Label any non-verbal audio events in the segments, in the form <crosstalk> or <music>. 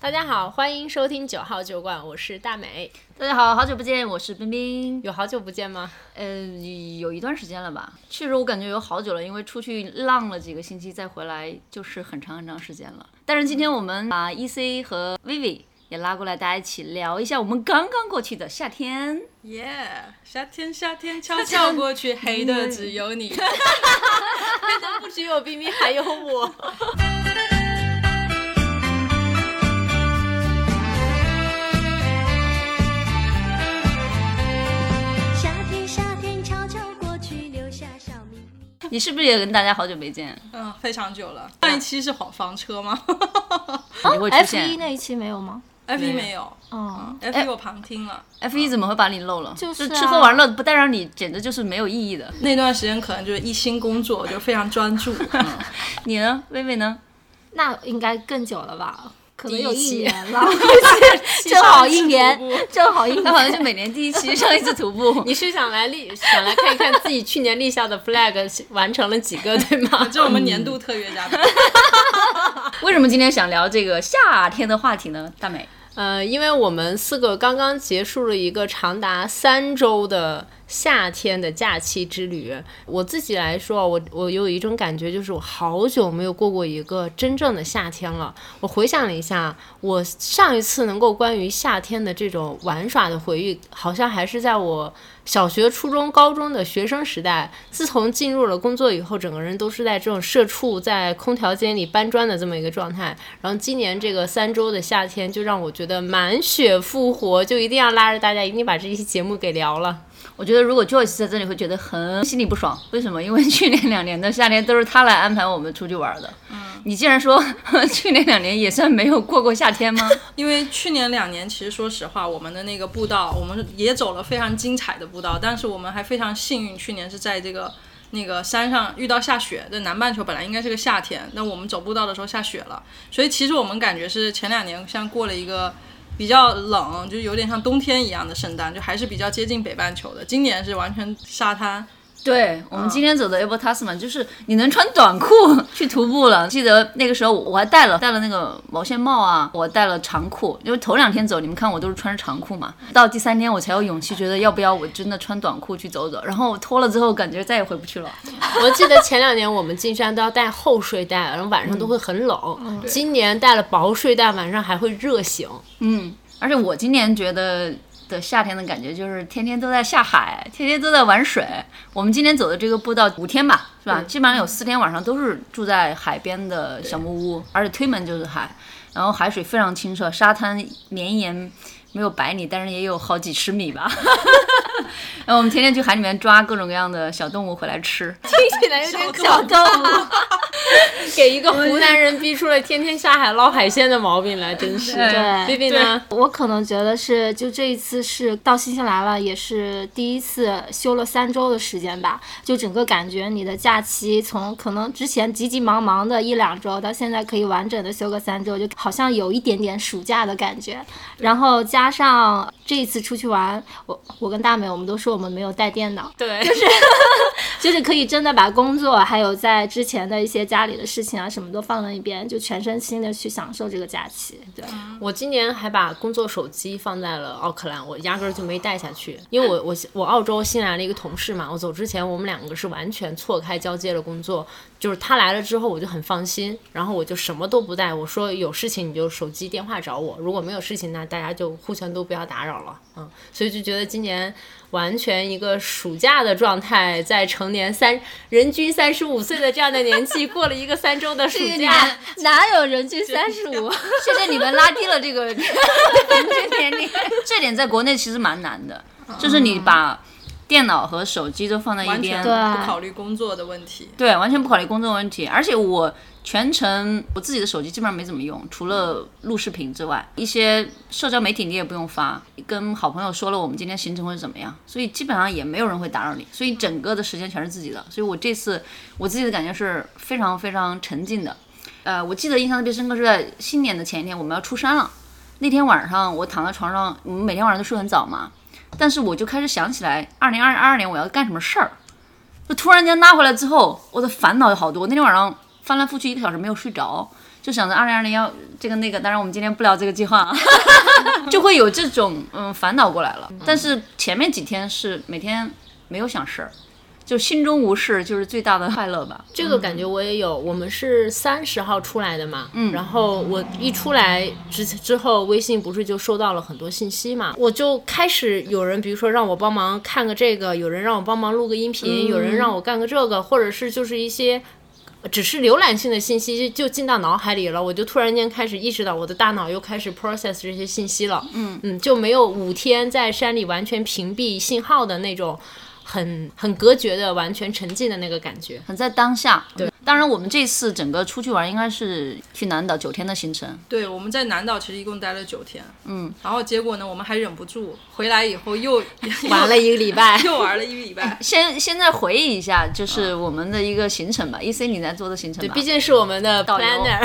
大家好，欢迎收听九号酒馆，我是大美。大家好，好久不见，我是冰冰。有好久不见吗？呃，有一段时间了吧？确实，我感觉有好久了，因为出去浪了几个星期，再回来就是很长很长时间了。但是今天我们把 E C 和 Vivi 也拉过来，大家一起聊一下我们刚刚过去的夏天。耶夏天夏天悄悄过去，黑的只有 <laughs> 你。不只有冰冰，还有我。夏天，夏天悄悄过去，留下小秘密。你是不是也跟大家好久没见？嗯，非常久了。上一期是黄房车吗 <laughs> 你会出 F 一现那一期没有吗？ ？F 一没有嗯哦， ，F 一我旁听了。 F E 一怎么会把你漏了？就是啊吃喝玩乐不带让你，简直就是没有意义的。那段时间可能就是一心工作，就非常专 <laughs> 注。嗯你呢，薇薇呢？那应该更久了吧？可能有第一一期 <laughs> 年了，正好一年，正好一他好像年。就每年第一期上一次徒 <laughs> 步。你是想来立，想来看一看自己去年立下的 flag 完成了几个，对 <laughs> 吗？这是我们年度特约嘉宾，为什么今天想聊这个夏天的话题呢？大美，呃，因为我们四个刚刚结束了一个长达三周的夏天的假期之旅。我自己来说，啊我我有一种感觉，就是我好久没有过过一个真正的夏天了。我回想了一下，我上一次能够关于夏天的这种玩耍的回忆，好像还是在我小学、初中、高中的学生时代。自从进入了工作以后，整个人都是在这种社畜在空调间里搬砖的这么一个状态。然后今年这个三周的夏天，就让我觉得满血复活，就一定要拉着大家，一定把这期节目给聊了。我觉得如果 Joyce 在这里会觉得很心里不爽，为什么？因为 <laughs> 去年两年的夏天都是他来安排我们出去玩的。嗯，你竟然说 <laughs> 去年两年也算没有过过夏天吗？因为去年两年，其实说实话，我们的那个步道，我们也走了非常精彩的步道，但是我们还非常幸运，去年是在这个那个山上遇到下雪。这南半球本来应该是个夏天，但我们走步道的时候下雪了，所以其实我们感觉是前两年像过了一个比较冷，就有点像冬天一样的圣诞，就还是比较接近北半球的。今年是完全沙滩， <laughs> 对我们今天走的 a b l e Tasman，就是你能穿短裤 <laughs> 去徒步了。记得那个时候我还戴了戴了那个毛线帽啊，我戴了长裤，因为头两天走，你们看我都是穿着长裤嘛。到第三天我才有勇气觉得要不要我真的穿短裤去走走，然后我脱了之后感觉再也回不去了。我记得前两年我们进山都要带厚睡袋，然后晚上都会很冷。今年带了薄睡袋，晚上还会热醒。嗯，而且我今年觉得的夏天的感觉就是天天都在下海，天天都在玩水。我们今天走的这个步道五天吧，是吧？基本上有四天晚上都是住在海边的小木屋，而且推门就是海，然后海水非常清澈，沙滩绵延。没有百米，但是也有好几十米吧。 <laughs> 然后我们天天去海里面抓各种各样的小动物回来吃。 <laughs> 听起来有点小动物，给一个湖南人逼出了天天下海捞海鲜的毛病来，真是。对贝贝呢？我可能觉得是，就这一次是到新西兰了，也是第一次休了三周的时间吧。就整个感觉你的假期从可能之前急急忙忙的一两周，到现在可以完整的休个三周，就好像有一点点暑假的感觉。然后加上这一次出去玩，我我跟大美我们都说我们没有带电脑，对，就是 <laughs> 就是可以真的把工作，还有在之前的一些家里的事情啊，什么都放在一边，就全身心的去享受这个假期。对，我今年还把工作手机放在了奥克兰，我压根儿就没带下去，因为我我我澳洲新来了一个同事嘛，我走之前我们两个是完全错开交接了工作，就是他来了之后我就很放心，然后我就什么都不带，我说有事情你就手机电话找我，如果没有事情那大家就互相都不要打扰了，嗯，所以就觉得今年完全一个暑假的状态，在成年三人均三十五岁的这样的年纪过了一个三周的暑这个啊你假们，哪有人均三十五？谢谢你们拉低了这 <laughs> 个平均年龄，这点在国内其实蛮难的，就是你把电脑和手机都放在一完边，全不对考虑工作的问题。对，完全不考虑工作问题。而且我全程我自己的手机基本上没怎么用，除了录视频之外，一些社交媒体你也不用发，跟好朋友说了我们今天行程会怎么样，所以基本上也没有人会打扰你，所以整个的时间全是自己的。所以我这次我自己的感觉是非常非常沉浸的。呃，我记得印象特别深刻是在新年的前一天，我们要出山了。那天晚上我躺在床上，我们每天晚上都睡很早嘛，但是我就开始想起来，二零二二年我要干什么事儿。就突然间拉回来之后，我的烦恼有好多。那天晚上翻来覆去一个小时没有睡着，就想着二零二零要这个那个，当然我们今天不聊这个计划 <laughs> <laughs> 啊，就会有这种嗯烦恼过来了。但是前面几天是每天没有想事儿，就心中无事，就是最大的快乐吧。这个感觉我也有。我们是三十号出来的嘛，嗯，然后我一出来之之后，微信不是就收到了很多信息嘛，我就开始有人，比如说让我帮忙看个这个，有人让我帮忙录个音频，有人让我干个这个，或者是就是一些。只是浏览性的信息就进到脑海里了，我就突然间开始意识到，我的大脑又开始 process 这些信息了。嗯嗯，就没有五天在山里完全屏蔽信号的那种，很很隔绝的、完全沉浸的那个感觉。很在当下。对，当然我们这次整个出去玩应该是去南岛九天的行程，。对，我们在南岛其实一共待了九天，嗯，然后结果呢，我们还忍不住回来以后又，玩了一个礼拜 <laughs> 又玩了一个礼拜 <laughs> 先现在回忆一下，就是我们的一个行程吧。E C 你在做的行程吧，啊毕竟是我们的导 <laughs> 游 planner，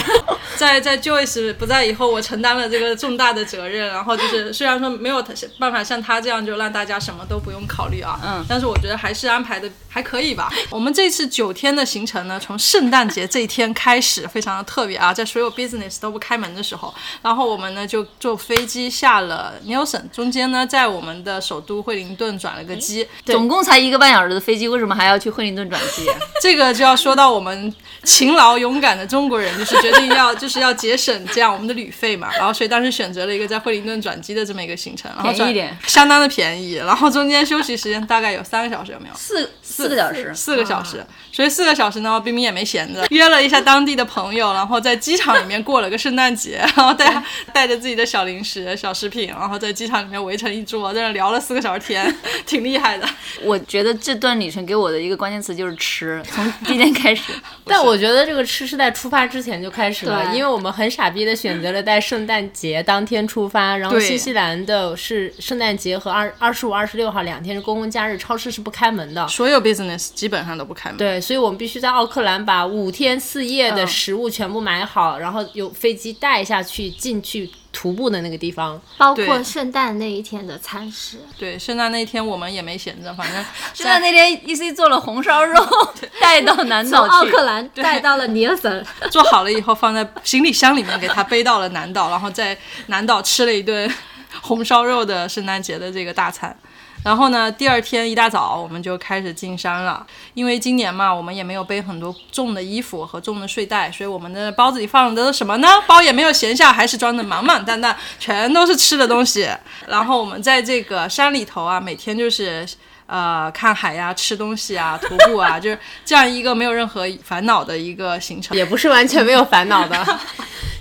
在在 Joyce 不在以后，我承担了这个重大的责任。然后就是虽然说没有他办法像他这样就让大家什么都不用考虑啊，嗯，但是我觉得还是安排的还可以吧。我们这次九天的行程呢，从圣诞节这一天开始，非常的特别啊，在所有 business 都不开门的时候，然后我们呢就坐飞机下了 Nelson，中间呢在我们的首都惠灵顿转了个机，总共才一个半小时的飞机，为什么还要去惠灵顿转机？啊这个就要说到我们勤劳勇敢的中国人，就是决定要就是要节省这样我们的旅费嘛，然后所以当时选择了一个在惠灵顿转机的这么一个行程，然后便宜转点相当的便宜，然后中间休息时间大概有三个小时，有没有？四四个小时，四个小时，所以四个小时呢，冰冰也没闲着，约了一下当地的朋友，然后在机场里面过了个圣诞节，然后带带着自己的小零食、小食品，然后在机场里面围成一桌，在那聊了四个小时天，挺厉害的。我觉得这段旅程给我的一个关键词就是吃，从第一天开 <laughs> 始。但我觉得这个吃是在出发之前就开始了，对因为我们很傻逼的选择了在圣诞节当天出发，然后对新西兰的是圣诞节和二二十五、二十六号两天是公共假日，超市是不开门的。所有 business 基本上都不开门。对，所以我们必须在奥克兰把五天四夜的食物全部买好，然后有飞机带下去进去徒步的那个地方。 <laughs> 包括对圣诞那一天的餐食，对，圣诞那天我们也没闲着，反正就在那天，E C 做了红烧肉， <laughs> 带到南从岛奥去。克兰带到了尼尔森， <laughs> 做好了以后放在行李箱里面，给他背到了南岛，然后在南岛吃了一顿红烧肉的圣诞节的这个大餐。然后呢，第二天一大早我们就开始进山了，因为今年嘛，我们也没有背很多重的衣服和重的睡袋，所以我们的包子里放的都是什么呢？包也没有闲下，还是装的满满当当，全都是吃的东西。然后我们在这个山里头啊，每天就是呃看海呀、吃东西啊、徒步啊，就是这样一个没有任何烦恼的一个行程。也不是完全没有烦恼的。 <laughs>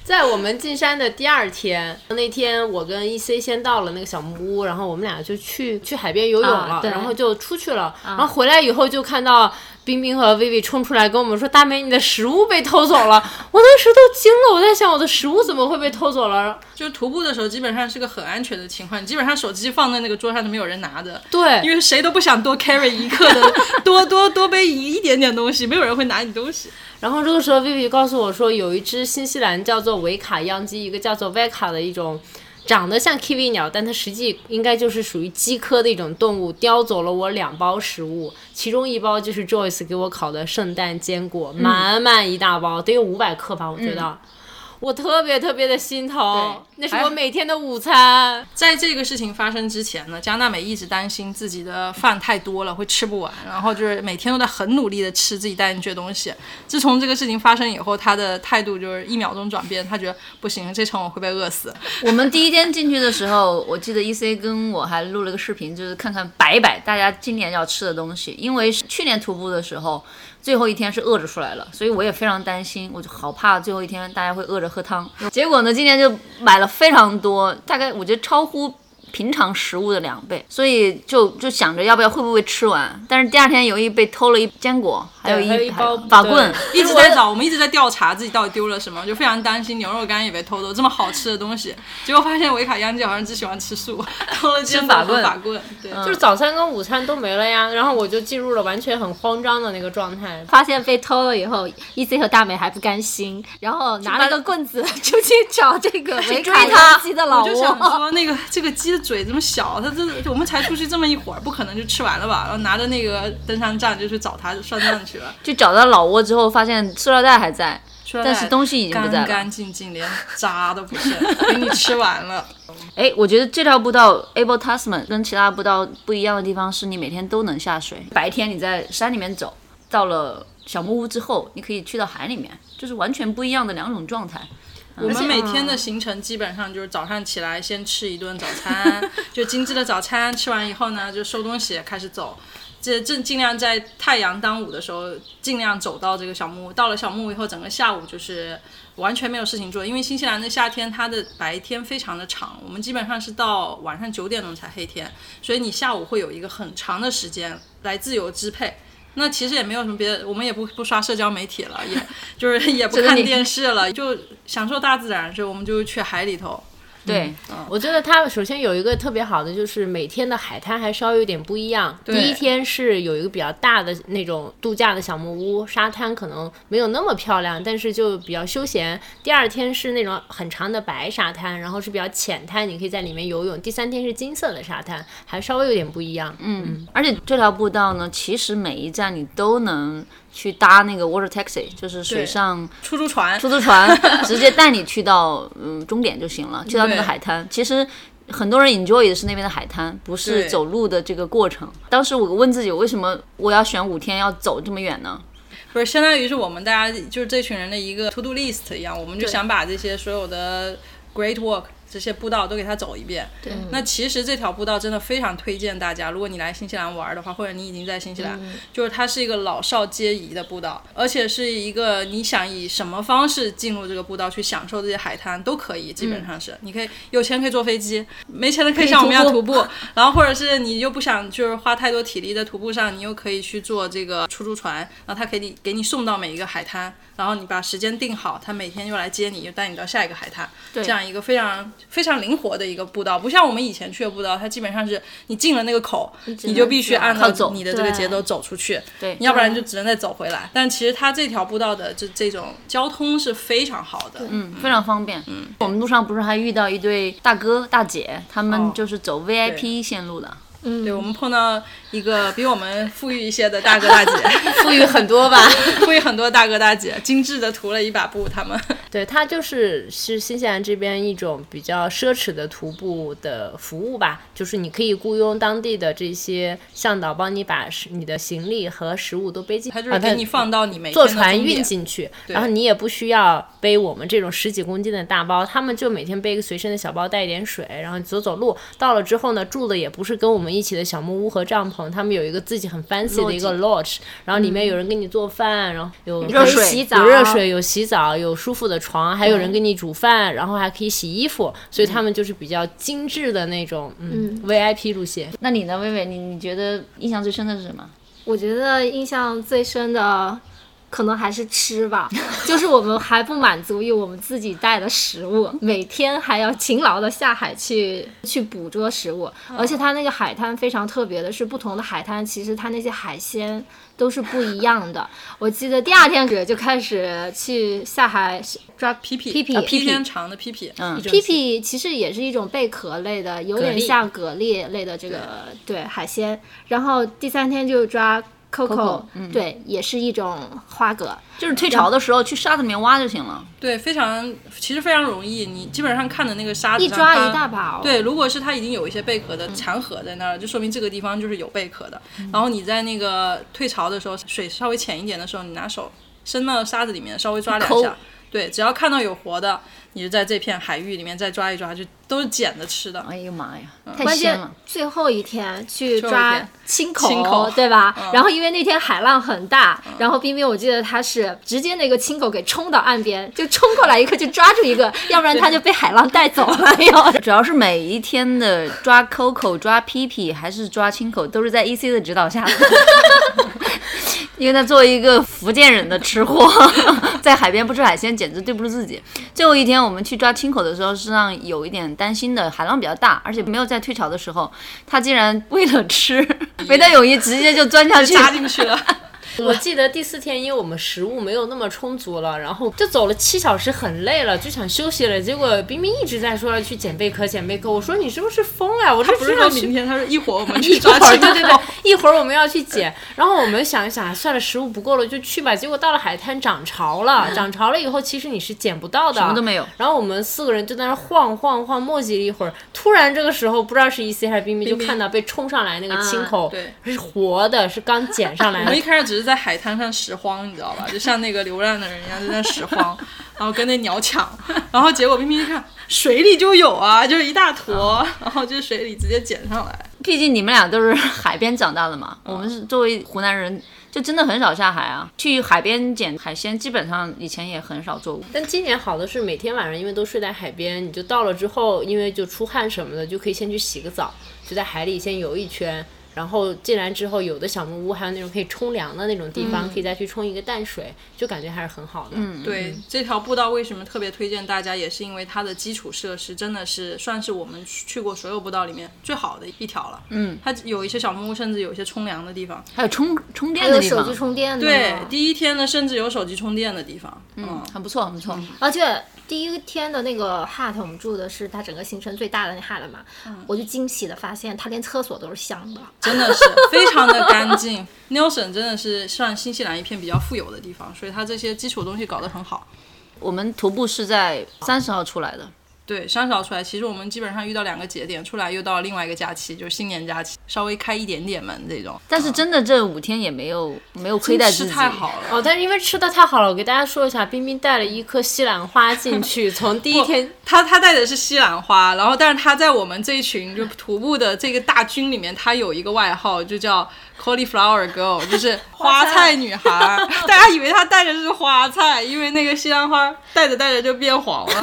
在我们进山的第二天，那天我跟 E C 先到了那个小木屋，然后我们俩就去去海边游泳了，啊对啊然后就出去了。然后回来以后就看到冰冰和薇薇冲出来跟我们说：“大美，你的食物被偷走了！”我当时都惊了，我在想我的食物怎么会被偷走了？就是徒步的时候，基本上是个很安全的情况，你基本上手机放在那个桌上是没有人拿的，对，因为谁都不想多 carry 一克的，多多多背一一点点东西，没有人会拿你东西。然后这个时候，Vivi 告诉我说，有一只新西兰叫做维卡央鸡，一个叫做 Veka 的一种，长得像 kiwi 鸟，但它实际应该就是属于鸡科的一种动物，叼走了我两包食物，其中一包就是 Joyce 给我烤的圣诞坚果，满满一大包，得有五百克吧，我觉得。我特别特别的心疼，那是我每天的午餐。在这个事情发生之前呢，加纳美一直担心自己的饭太多了会吃不完，然后就是每天都在很努力的吃自己带进去的东西。自从这个事情发生以后，他的态度就是一秒钟转变，他觉得不行，这场我会被饿死。我们第一天进去的时候，我记得 E C 跟我还录了个视频，就是看看摆一摆大家今年要吃的东西。因为去年徒步的时候，最后一天是饿着出来了，所以我也非常担心，我就好怕最后一天大家会饿着喝汤。结果呢，今年就买了非常多，大概我觉得超乎。平常食物的两倍，所以就就想着要不要会不会吃完，但是第二天由于被偷了一坚果，还有对 <laughs> 一还有一包法棍，一直在找，我们一直在调查自己到底丢了什么，就非常担心牛肉干也被偷走，这么好吃的东西，结果发现维卡央鸡好像只喜欢吃素，偷了坚果法和棍嗯法棍，对，就是早餐跟午餐都没了呀，然后我就进入了完全很慌张的那个状态。发现被偷了以后，EC 和大美还不甘心，然后拿了个棍子 <laughs> 就去找这个维他卡亚基的我老就想窝。说，那个这个鸡的嘴这么小，它这我们才出去这么一会儿，不可能就吃完了吧？然后拿着那个登山杖就去找它算账去了。就找到老挝之后，发现塑料袋还在，出来但是东西已经不在 <laughs> 了干干净净，连渣都不剩，给你吃完了。哎，我觉得这条步道 Able Tasman 跟其他步道不一样的地方是，你每天都能下水。白天你在山里面走，到了小木屋之后，你可以去到海里面，就是完全不一样的两种状态。我们每天的行程基本上就是早上起来先吃一顿早餐， <laughs> 就精致的早餐，吃完以后呢就收东西开始走。这尽尽量在太阳当午的时候，尽量走到这个小木屋。到了小木屋以后，整个下午就是完全没有事情做，因为新西兰的夏天它的白天非常的长，我们基本上是到晚上九点钟才黑天，所以你下午会有一个很长的时间来自由支配。那其实也没有什么别的，我们也不不刷社交媒体了，也就是 <laughs> 也不看电视了，就享受大自然，所以我们就去海里头。对，我觉得它首先有一个特别好的，就是每天的海滩还稍微有点不一样。第对一天是有一个比较大的那种度假的小木屋，沙滩可能没有那么漂亮，但是就比较休闲。第二天是那种很长的白沙滩，然后是比较浅滩，你可以在里面游泳。第三天是金色的沙滩，还稍微有点不一样。嗯，而且这条步道呢，其实每一站你都能去搭那个 water taxi，就是水上出租船出租船， <laughs> <laughs> 直接带你去到嗯终点就行了，去到那个对海滩。其实很多人 enjoy 的是那边的海滩，不是对走路的这个过程。当时我问自己，为什么我要选五天要走这么远呢？不是相当于是我们大家就是这群人的一个 to do list 一样，我们就想把这些所有的 great work 这些步道都给它走一遍。对，那其实这条步道真的非常推荐大家，如果你来新西兰玩的话，或者你已经在新西兰，嗯就是它是一个老少皆宜的步道，而且是一个你想以什么方式进入这个步道去享受这些海滩都可以，基本上是、你可以有钱可以坐飞机，没钱的嗯可以像我们一样徒步，然后或者是你又不想就是花太多体力在徒步上，你又可以去坐这个出租船，然后他给你给你送到每一个海滩，然后你把时间定好，他每天又来接你，又带你到下一个海滩，这样一个非常非常灵活的一个步道，不像我们以前去的步道，它基本上是你进了那个口，你就必须按靠照走你的这个节奏走出去，对你要不然就只能再走回来。但其实它这条步道的这这种交通是非常好的，嗯，嗯，非常方便。嗯，我们路上不是还遇到一对大哥大姐，他们哦就是走 VIP 线路的。对我们碰到一个比我们富裕一些的大哥大姐。 <laughs> 富裕很多 <laughs> 吧？会很多大哥大姐精致的涂了一把布，他们对，它就是是新西兰这边一种比较奢侈的徒步的服务吧，就是你可以雇佣当地的这些向导帮你把食你的行李和食物都背进，他就啊是给你放到你每天坐的船终点运进去，然后你也不需要背我们这种十几公斤的大包，他们就每天背一个随身的小包，带一点水，然后走走路。到了之后呢，住的也不是跟我们一起的小木屋和帐篷，他们有一个自己很 fancy 的一个 lodge，然后里面有人给你做饭，然后有热水有洗澡有热水，有洗澡，有舒服的床，还有人给你煮饭，然后还可以洗衣服，所以他们就是比较精致的那种，嗯，VIP 路线。那你呢，薇薇？你你觉得印象最深的是什么？我觉得印象最深的。可能还是吃吧，就是我们还不满足于我们自己带的食物，每天还要勤劳的下海去去捕捉食物，而且它那个海滩非常特别的是，不同的海滩其实它那些海鲜都是不一样的。我记得第二天就开始去下海抓屁屁屁屁呃一天长的屁屁，嗯屁屁其实也是一种贝壳类的，有点像蛤蜊类的这个对海鲜。然后第三天就抓 coco，对，嗯也是一种花蛤。就是退潮的时候去沙子里面挖就行了。对，非常其实非常容易，你基本上看的那个沙子一上抓它一大把哦对，如果是它已经有一些贝壳的残核在那儿，就说明这个地方就是有贝壳的。嗯然后你在那个退潮的时候，水稍微浅一点的时候，你拿手伸到沙子里面稍微抓两抠下，对，只要看到有活的，你就在这片海域里面再抓一抓，就都是捡的吃的。啊哎呀妈呀，太关鲜键了！最后一天去最后一抓天青口，青口对吧？嗯然后因为那天海浪很大，然后冰冰我记得他是直接那个青口给冲到岸边，就冲过来一个就抓住一 <laughs> 个，要不然他就被海浪带走了。 <laughs> 要 <laughs> 主要是每一天的抓 Coco、抓 PP 还是抓青口，都是在 EC 的指导下的。 <laughs> 因为他作为一个福建人的吃货， <laughs> 在海边不吃海鲜，简直对不住自己。最后一天我们去抓青口的时候，实际上有一点担心的，海浪比较大，而且没有在退潮的时候，他竟然为了吃， <laughs> 没带泳衣直接就钻下去，扎进去 <laughs> 了，我记得第四天，因为我们食物没有那么充足了，然后就走了七小时，很累了，就想休息了。结果冰冰一直在说要去捡贝壳，捡贝壳。我说你是不是疯啊？我这不是要说去明天，他说一会儿我们 <laughs> 一去会抓儿，对青对对口，， <laughs> 一会儿我们要去捡。然后我们想一想，算了，食物不够了就去吧。结果到了海滩涨潮了，涨潮了以后，其实你是捡不到的，什么都没有然后我们四个人就在那儿晃晃晃，磨叽了一会儿。突然这个时候，不知道是 E C 还是冰冰，就冰看到被冲上来那个青口，对是活的，是刚捡上来 <laughs> 我们一的。开始只是在海滩上拾荒，你知道吧？就像那个流浪的人一样，就在那拾 <laughs> 荒，然后跟那鸟抢，然后结果冰冰一看水里就有啊，就是一大坨，然后就水里直接捡上来。毕竟你们俩都是海边长大的嘛，我们是作为湖南人，就真的很少下海啊。去海边捡海鲜，基本上以前也很少做过。但今年好的是每天晚上，因为都睡在海边，你就到了之后，因为就出汗什么的，就可以先去洗个澡，就在海里先游一圈。然后进来之后，有的小木屋还有那种可以冲凉的那种地方，可以再去冲一个淡水，就感觉还是很好的。嗯，对，这条步道为什么特别推荐大家，也是因为它的基础设施真的是算是我们去过所有步道里面最好的一条了。嗯，它有一些小木屋，甚至有一些冲凉的地方。还有充充电还有的地手方机，充电的，对，第一天呢，甚至有手机充电的地方。嗯，很不错，很不错。而且啊第一天的那个 hut，我们住的是它整个行程最大的那 hut 嘛，嗯我就惊喜的发现它连厕所都是香的，真的是非常的干净。Nelson <laughs> 真的是算新西兰一片比较富有的地方，所以它这些基础东西搞得很好。我们徒步是在三十号出来的，对，山少出来，其实我们基本上遇到两个节点，出来又到另外一个假期，就是新年假期，稍微开一点点门这种。但是真的这五天也没有没有亏待自吃己，太好了，哦，但是因为吃的太好了，我给大家说一下，冰冰带了一颗西兰花进去， <laughs> 从第一天他他带的是西兰花，然后但是他在我们这一群就徒步的这个大军里面，他有一个外号就叫 cauliflower girl，就是花菜 <laughs> 女孩儿。大家以为他带的是花菜，因为那个西兰花带着带着就变黄了。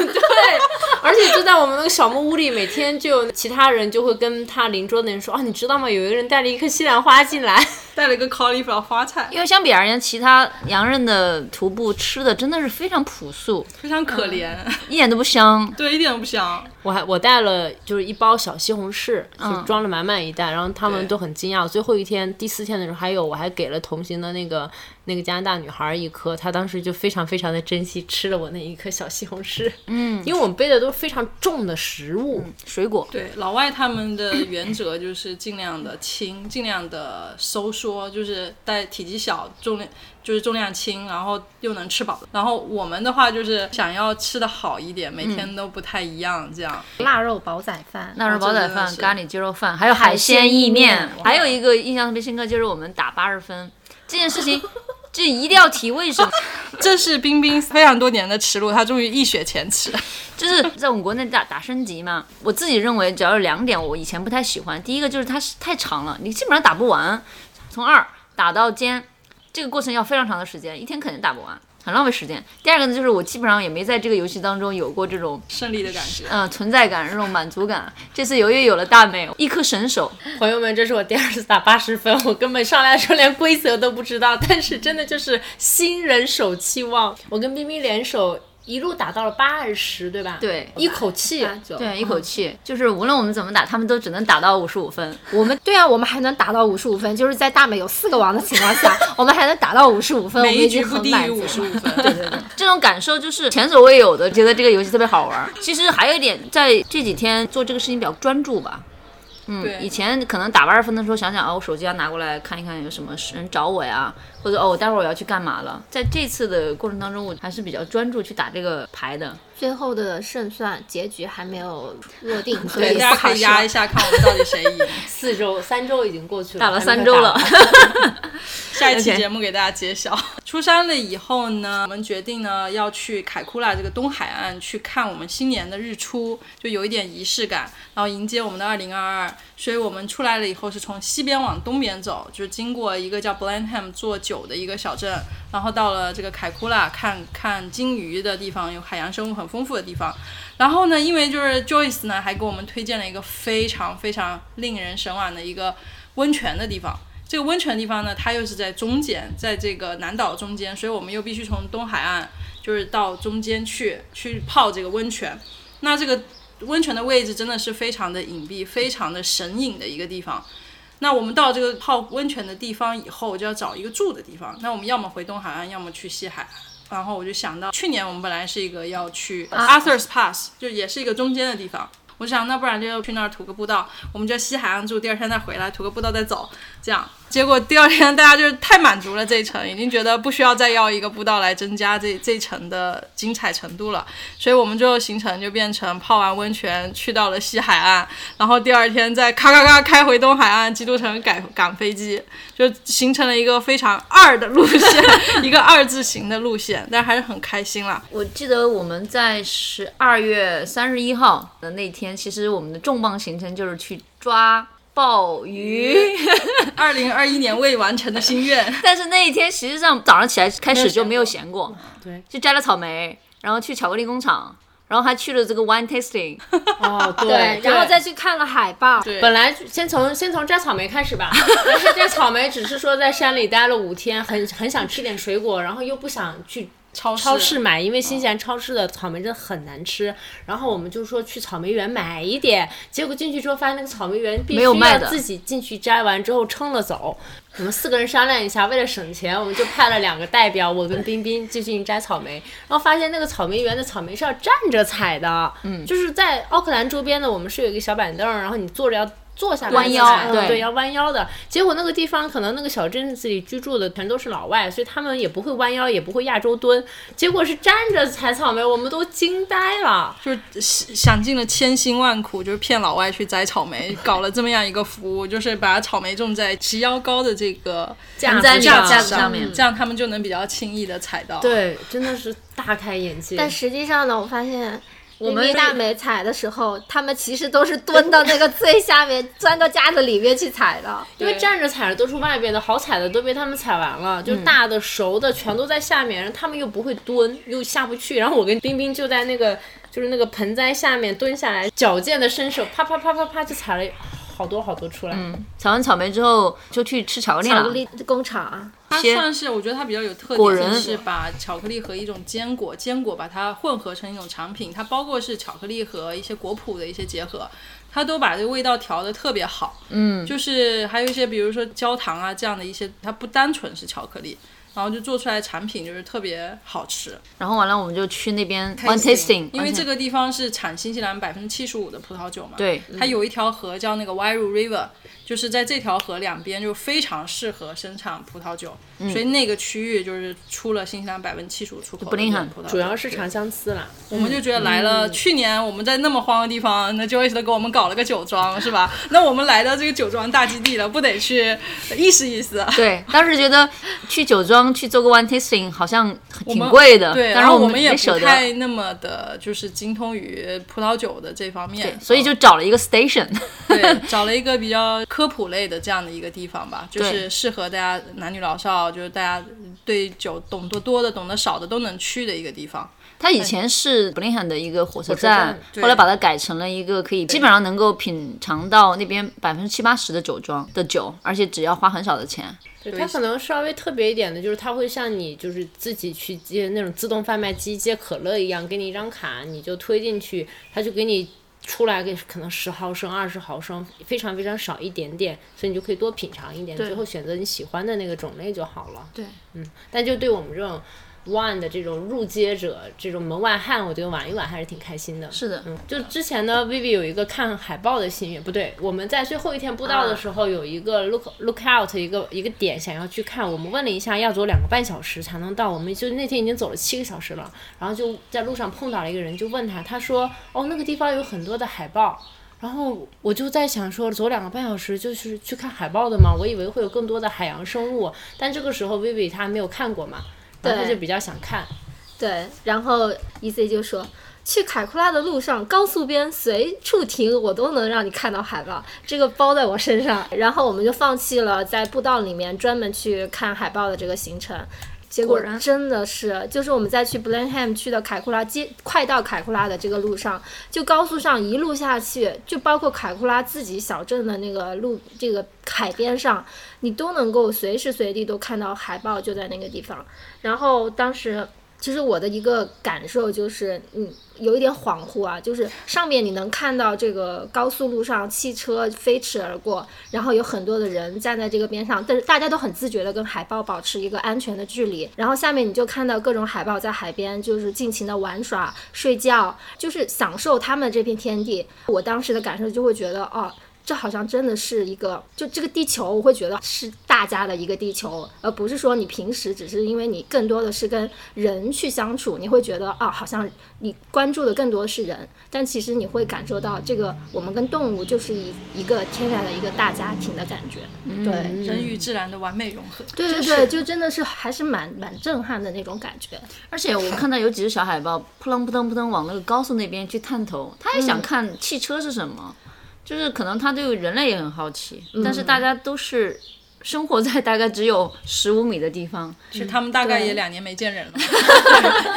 而且就在我们那个小木屋里，每天就有其他人就会跟他邻桌的人说啊，你知道吗？有一个人带了一颗西兰花进来，带了一个 cauliflower 花菜，嗯因为相比而言，其他洋人的徒步吃的真的是非常朴素，非常可怜，嗯一点都不香。对，一点都不香。我还我带了就是一包小西红柿，就嗯装了满满一袋，然后他们对都很惊讶。最后一天第四天的时候，还有我还给了同行的那个那个加拿大女孩一颗，她当时就非常非常的珍惜吃了我那一颗小西红柿，嗯，因为我们背的都是非常重的食物，水果，对，老外他们的原则就是尽量的轻，尽量的收缩，就是带体积小，重量就是重量轻，然后又能吃饱。然后我们的话就是想要吃的好一点，每天都不太一样，这样。腊肉煲仔饭，腊肉煲仔这真的饭、是咖喱鸡肉饭，还有海鲜意面海鲜意面，哇还有一个印象特别深刻就是我们打八十分这件事情，这一定要提为什么？ <laughs> 这是冰冰非常多年的耻辱，她终于一雪前耻。就是在我们国内打打升级嘛，我自己认为只要有两点我以前不太喜欢，第一个就是它是太长了，你基本上打不完，从二打到尖，这个过程要非常长的时间，一天肯定打不完，很浪费时间。第二个呢，就是我基本上也没在这个游戏当中有过这种胜利的感觉。嗯、呃存在感、这种满足感。这次由于有了大美，一颗神手， <laughs> 朋友们，这是我第二次打八十分，我根本上来的时候连规则都不知道，但是真的就是新人手气旺，我跟冰冰联手一路打到了八十，对吧？对一口气八九。对，一口气，就是无论我们怎么打，他们都只能打到五十五分。我们对啊，我们还能打到五十五分，就是在大美有四个王的情况下，我们还能打到五十五分，我每们一已局经不很低满于足五十了。五 <laughs> 分，这种感受就是前所未有的，觉得这个游戏特别好玩儿。其实还有一点，在这几天做这个事情比较专注吧。嗯对，以前可能打八十分的时候，想想哦，我手机要拿过来看一看有什么人找我呀，或者哦，我待会儿我要去干嘛了。在这次的过程当中，我还是比较专注去打这个牌的。最后的胜算结局还没有落定，所对，以大家可以压一下，看我们到底谁赢。四周、三周已经过去了，打了还没三有周打了完，下一期 OK 节目给大家揭晓。出山了以后呢，我们决定呢要去凯库拉这个东海岸去看我们新年的日出，就有一点仪式感，然后迎接我们的二零二二。所以我们出来了以后是从西边往东边走，就经过一个叫 Blenheim 做酒的一个小镇，然后到了这个凯库拉看看鲸鱼的地方，有海洋生物很丰富的地方。然后呢，因为就是 Joyce 呢还给我们推荐了一个非常非常令人神往的一个温泉的地方。这个温泉地方呢，它又是在中间，在这个南岛中间，所以我们又必须从东海岸就是到中间去去泡这个温泉。那这个温泉的位置真的是非常的隐蔽，非常的神隐的一个地方。那我们到这个泡温泉的地方以后，就要找一个住的地方。那我们要么回东海岸，要么去西海岸。然后我就想到，去年我们本来是一个要去 Arthur's Pass，就也是一个中间的地方。我我想那不然就去那儿徒个步道，我们就在西海岸住，第二天再回来徒个步道再走，这样。结果第二天大家就是太满足了这一层，已经觉得不需要再要一个步道来增加这这一层的精彩程度了，所以我们最后行程就变成泡完温泉去到了西海岸，然后第二天再咔咔咔开回东海岸基督城赶赶飞机，就形成了一个非常二的路线，一个二字形的路线，但还是很开心啦。 <laughs> 我记得我们在十二月三十一号的那天，其实我们的重磅行程就是去抓鲍鱼，二零二一年未完成的心愿，但是那一天实际上早上起来开始就没有闲过，对，去摘了草莓，然后去巧克力工厂，然后还去了这个 wine tasting， <laughs> 哦，对，然后再去看了海报，对，本来先从先从摘草莓开始吧，但是摘草莓只是说在山里待了五天，很很想吃点水果，然后又不想去 <laughs> 超市超市买，哦因为新西兰超市的草莓真的很难吃。然后我们就说去草莓园买一点，结果进去之后发现那个草莓园必须没有卖要的自己进去摘完之后称了走。我们四个人商量一下，为了省钱，我们就派了两个代表，我跟冰冰就进去摘草莓。然后发现那个草莓园的草莓是要站着采的，嗯，就是在奥克兰周边的，我们是有一个小板凳，然后你坐着要坐下来弯腰采对对，要弯腰的。结果那个地方可能那个小镇子里居住的全都是老外，所以他们也不会弯腰，也不会亚洲蹲。结果是站着采草莓，我们都惊呆了。就是想尽了千辛万苦，就是骗老外去摘草莓，搞了这么样一个服务，就是把草莓种在齐腰高的这个架在子那个上，架子上面这样他们就能比较轻易的采到。，对，真的是大开眼界。但实际上呢，我发现。我冰们冰是大美采的时候，他们其实都是蹲到那个最下面， <laughs> 钻到架子里面去采的。因为对站着采的都是外边的，好采的都被他们采完了，就是大的、熟的全都在下面，然后他们又不会蹲，又下不去。然后我跟冰冰就在那个就是那个盆栽下面蹲下来，矫健的伸手，啪啪啪啪啪就采了好多好多出来。采完草莓之后就去吃巧克力啊巧克了，力工厂，啊它先算是我觉得它比较有特果点，仁是把巧克力和一种坚果，坚果把它混合成一种产品，它包括是巧克力和一些果脯的一些结合。它都把这个味道调的特别好，嗯，就是还有一些比如说焦糖啊这样的一些，它不单纯是巧克力，然后就做出来产品就是特别好吃。然后完了我们就去那边 wine tasting，因为个这个地方是产新西兰百分之七十五的葡萄酒嘛，对嗯它有一条河叫那个 Wairu River，就是在这条河两边就非常适合生产葡萄酒，嗯所以那个区域就是出了新西兰百分之七十五出口布的林这肯种葡萄酒，主要是长相思啦，我们就觉得来了，嗯去年我们在那么荒的地方，那 Joyce 都给我们搞了个酒庄 <laughs> 是吧？那我们来到这个酒庄大基地了，不得去呃意思意思？对，当时觉得去酒庄去做个 wine tasting 好像我挺们贵的，对，但然是后们们也没不舍得，太那么的，就是精通于葡萄酒的这方面，所以就找了一个 station， <laughs> 对，找了一个比较科普类的这样的一个地方吧，就对是适合大家男女老少，就是大家对酒懂得多的、懂得少的都能去的一个地方。它以前是布林肯的一个火车车站站，对后来把它改成了一个可以基本上能够品尝到那边百分之七八十的酒庄的酒，而且只要花很少的钱。对它可能稍微特别一点的，就是它会像你就是自己去接那种自动贩卖机接可乐一样，给你一张卡，你就推进去，它就给你出来个可能十毫升、二十毫升，非常非常少一点点，所以你就可以多品尝一点，最后选择你喜欢的那个种类就好了。对，嗯，但就对我们这种 one 的这种入街者、这种门外汉，我觉得玩一玩还是挺开心的。是的嗯，就之前呢，Vivi 有一个看海报的心愿，不对，我们在最后一天步道的时候有一个 look look out 一个一个点想要去看，我们问了一下，要走两个半小时才能到，我们就那天已经走了七个小时了，然后就在路上碰到了一个人，就问他，他说哦那个地方有很多的海报。然后我就在想说，走两个半小时就是去看海豹的嘛，我以为会有更多的海洋生物，但这个时候 Vivi 她没有看过嘛，然后她对就比较想看。对，然后 E C 就说，去凯库拉的路上，高速边随处停，我都能让你看到海报，这个包在我身上。然后我们就放弃了在步道里面专门去看海报的这个行程。结果果然真的是，就是我们在去 Blenheim 去的凯库拉街，快到凯库拉的这个路上，就高速上一路下去，就包括凯库拉自己小镇的那个路，这个海边上，你都能够随时随地都看到海报就在那个地方。然后当时其实我的一个感受就是，嗯，有一点恍惚啊，就是上面你能看到这个高速路上汽车飞驰而过，然后有很多的人站在这个边上，但是大家都很自觉的跟海豹保持一个安全的距离。然后下面你就看到各种海豹在海边就是尽情的玩耍、睡觉，就是享受他们这片天地。我当时的感受就会觉得，哦，这好像真的是一个，就这个地球，我会觉得是大家的一个地球，而不是说你平时只是因为你更多的是跟人去相处，你会觉得啊，好像你关注的更多是人，但其实你会感受到这个我们跟动物就是一一个天然的一个大家庭的感觉，对。嗯人嗯与自然的完美融合。对对对，就真的是还是蛮蛮震撼的那种感觉。而且我看到有几只小海豹扑棱扑棱扑棱往那个高速那边去探头，它也想看汽车是什么，就是可能它对人类也很好奇，但是大家都是生活在大概只有十五米的地方，其实他们大概也两年没 <laughs> 见人了，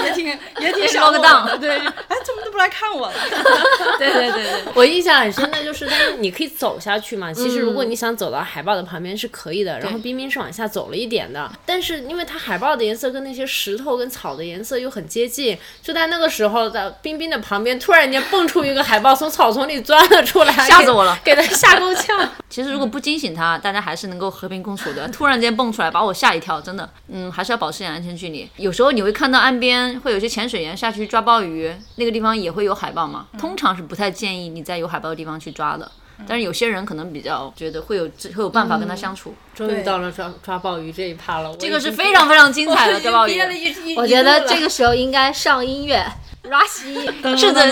也挺也挺也是想 lock 我 down 的。对，哎，怎么都不来看我了？ <laughs> 对对对对，我印象很深的就是，但是你可以走下去嘛。其实如果嗯你想走到海豹的旁边是可以的，然后冰冰是往下走了一点的，但是因为它海豹的颜色跟那些石头跟草的颜色又很接近，就在那个时候在冰冰的旁边突然间蹦出一个海豹，从草丛里钻了出来，吓死我了给它吓够呛。其实如嗯果不惊醒它，大家还是能够和平共处 <laughs> 的。突然间蹦出来，把我吓一跳，真的。嗯，还是要保持点安全距离。有时候你会看到岸边会有些潜水员下去抓鲍鱼，那个地方也会有海豹嗯嘛。通常是不太建议你在有海豹的地方去抓的。但是有些人可能比较觉得会有会有办法嗯跟它相处，终于到了抓抓鲍鱼这一趴了，这这个是非常非常精彩的抓鲍鱼。憋了一一，我觉得这个时候应该上音乐，Rush 是 <laughs> 的，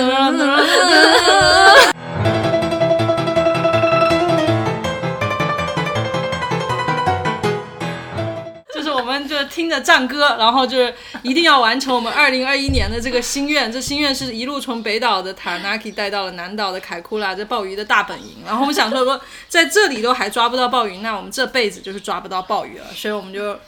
就是我们就听着战歌，然后就是一定要完成我们二零二一年的这个心愿。这心愿是一路从北岛的塔纳基带到了南岛的凯库拉，这鲍鱼的大本营。然后我们想说说，在这里都还抓不到鲍鱼，那我们这辈子就是抓不到鲍鱼了。所以我们就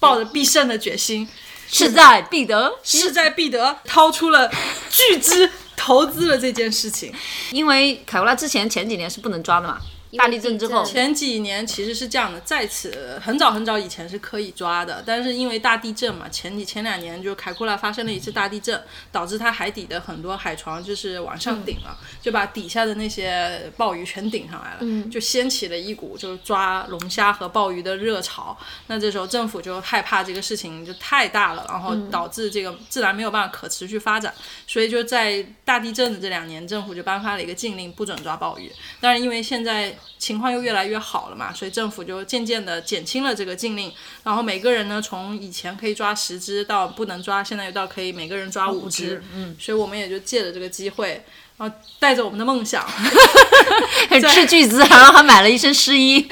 抱着必胜的决心，势在必得。势在必得，掏出了巨资投资了这件事情。因为凯国拉之前前几年是不能抓的嘛，大地震之后，前几年其实是这样的，在此很早很早以前是可以抓的，但是因为大地震嘛，前几前两年就凯库拉发生了一次大地震，导致它海底的很多海床就是往上顶了，就把底下的那些鲍鱼全顶上来了，就掀起了一股就是抓龙虾和鲍鱼的热潮。那这时候政府就害怕这个事情就太大了，然后导致这个自然没有办法可持续发展，所以就在大地震的这两年，政府就颁发了一个禁令，不准抓鲍鱼。但是因为现在情况又越来越好了嘛，所以政府就渐渐的减轻了这个禁令，然后每个人呢从以前可以抓十只到不能抓，现在又到可以每个人抓哦五只，嗯，所以我们也就借着这个机会，然后带着我们的 <laughs> 梦想，斥巨资，然后还买了一身湿衣。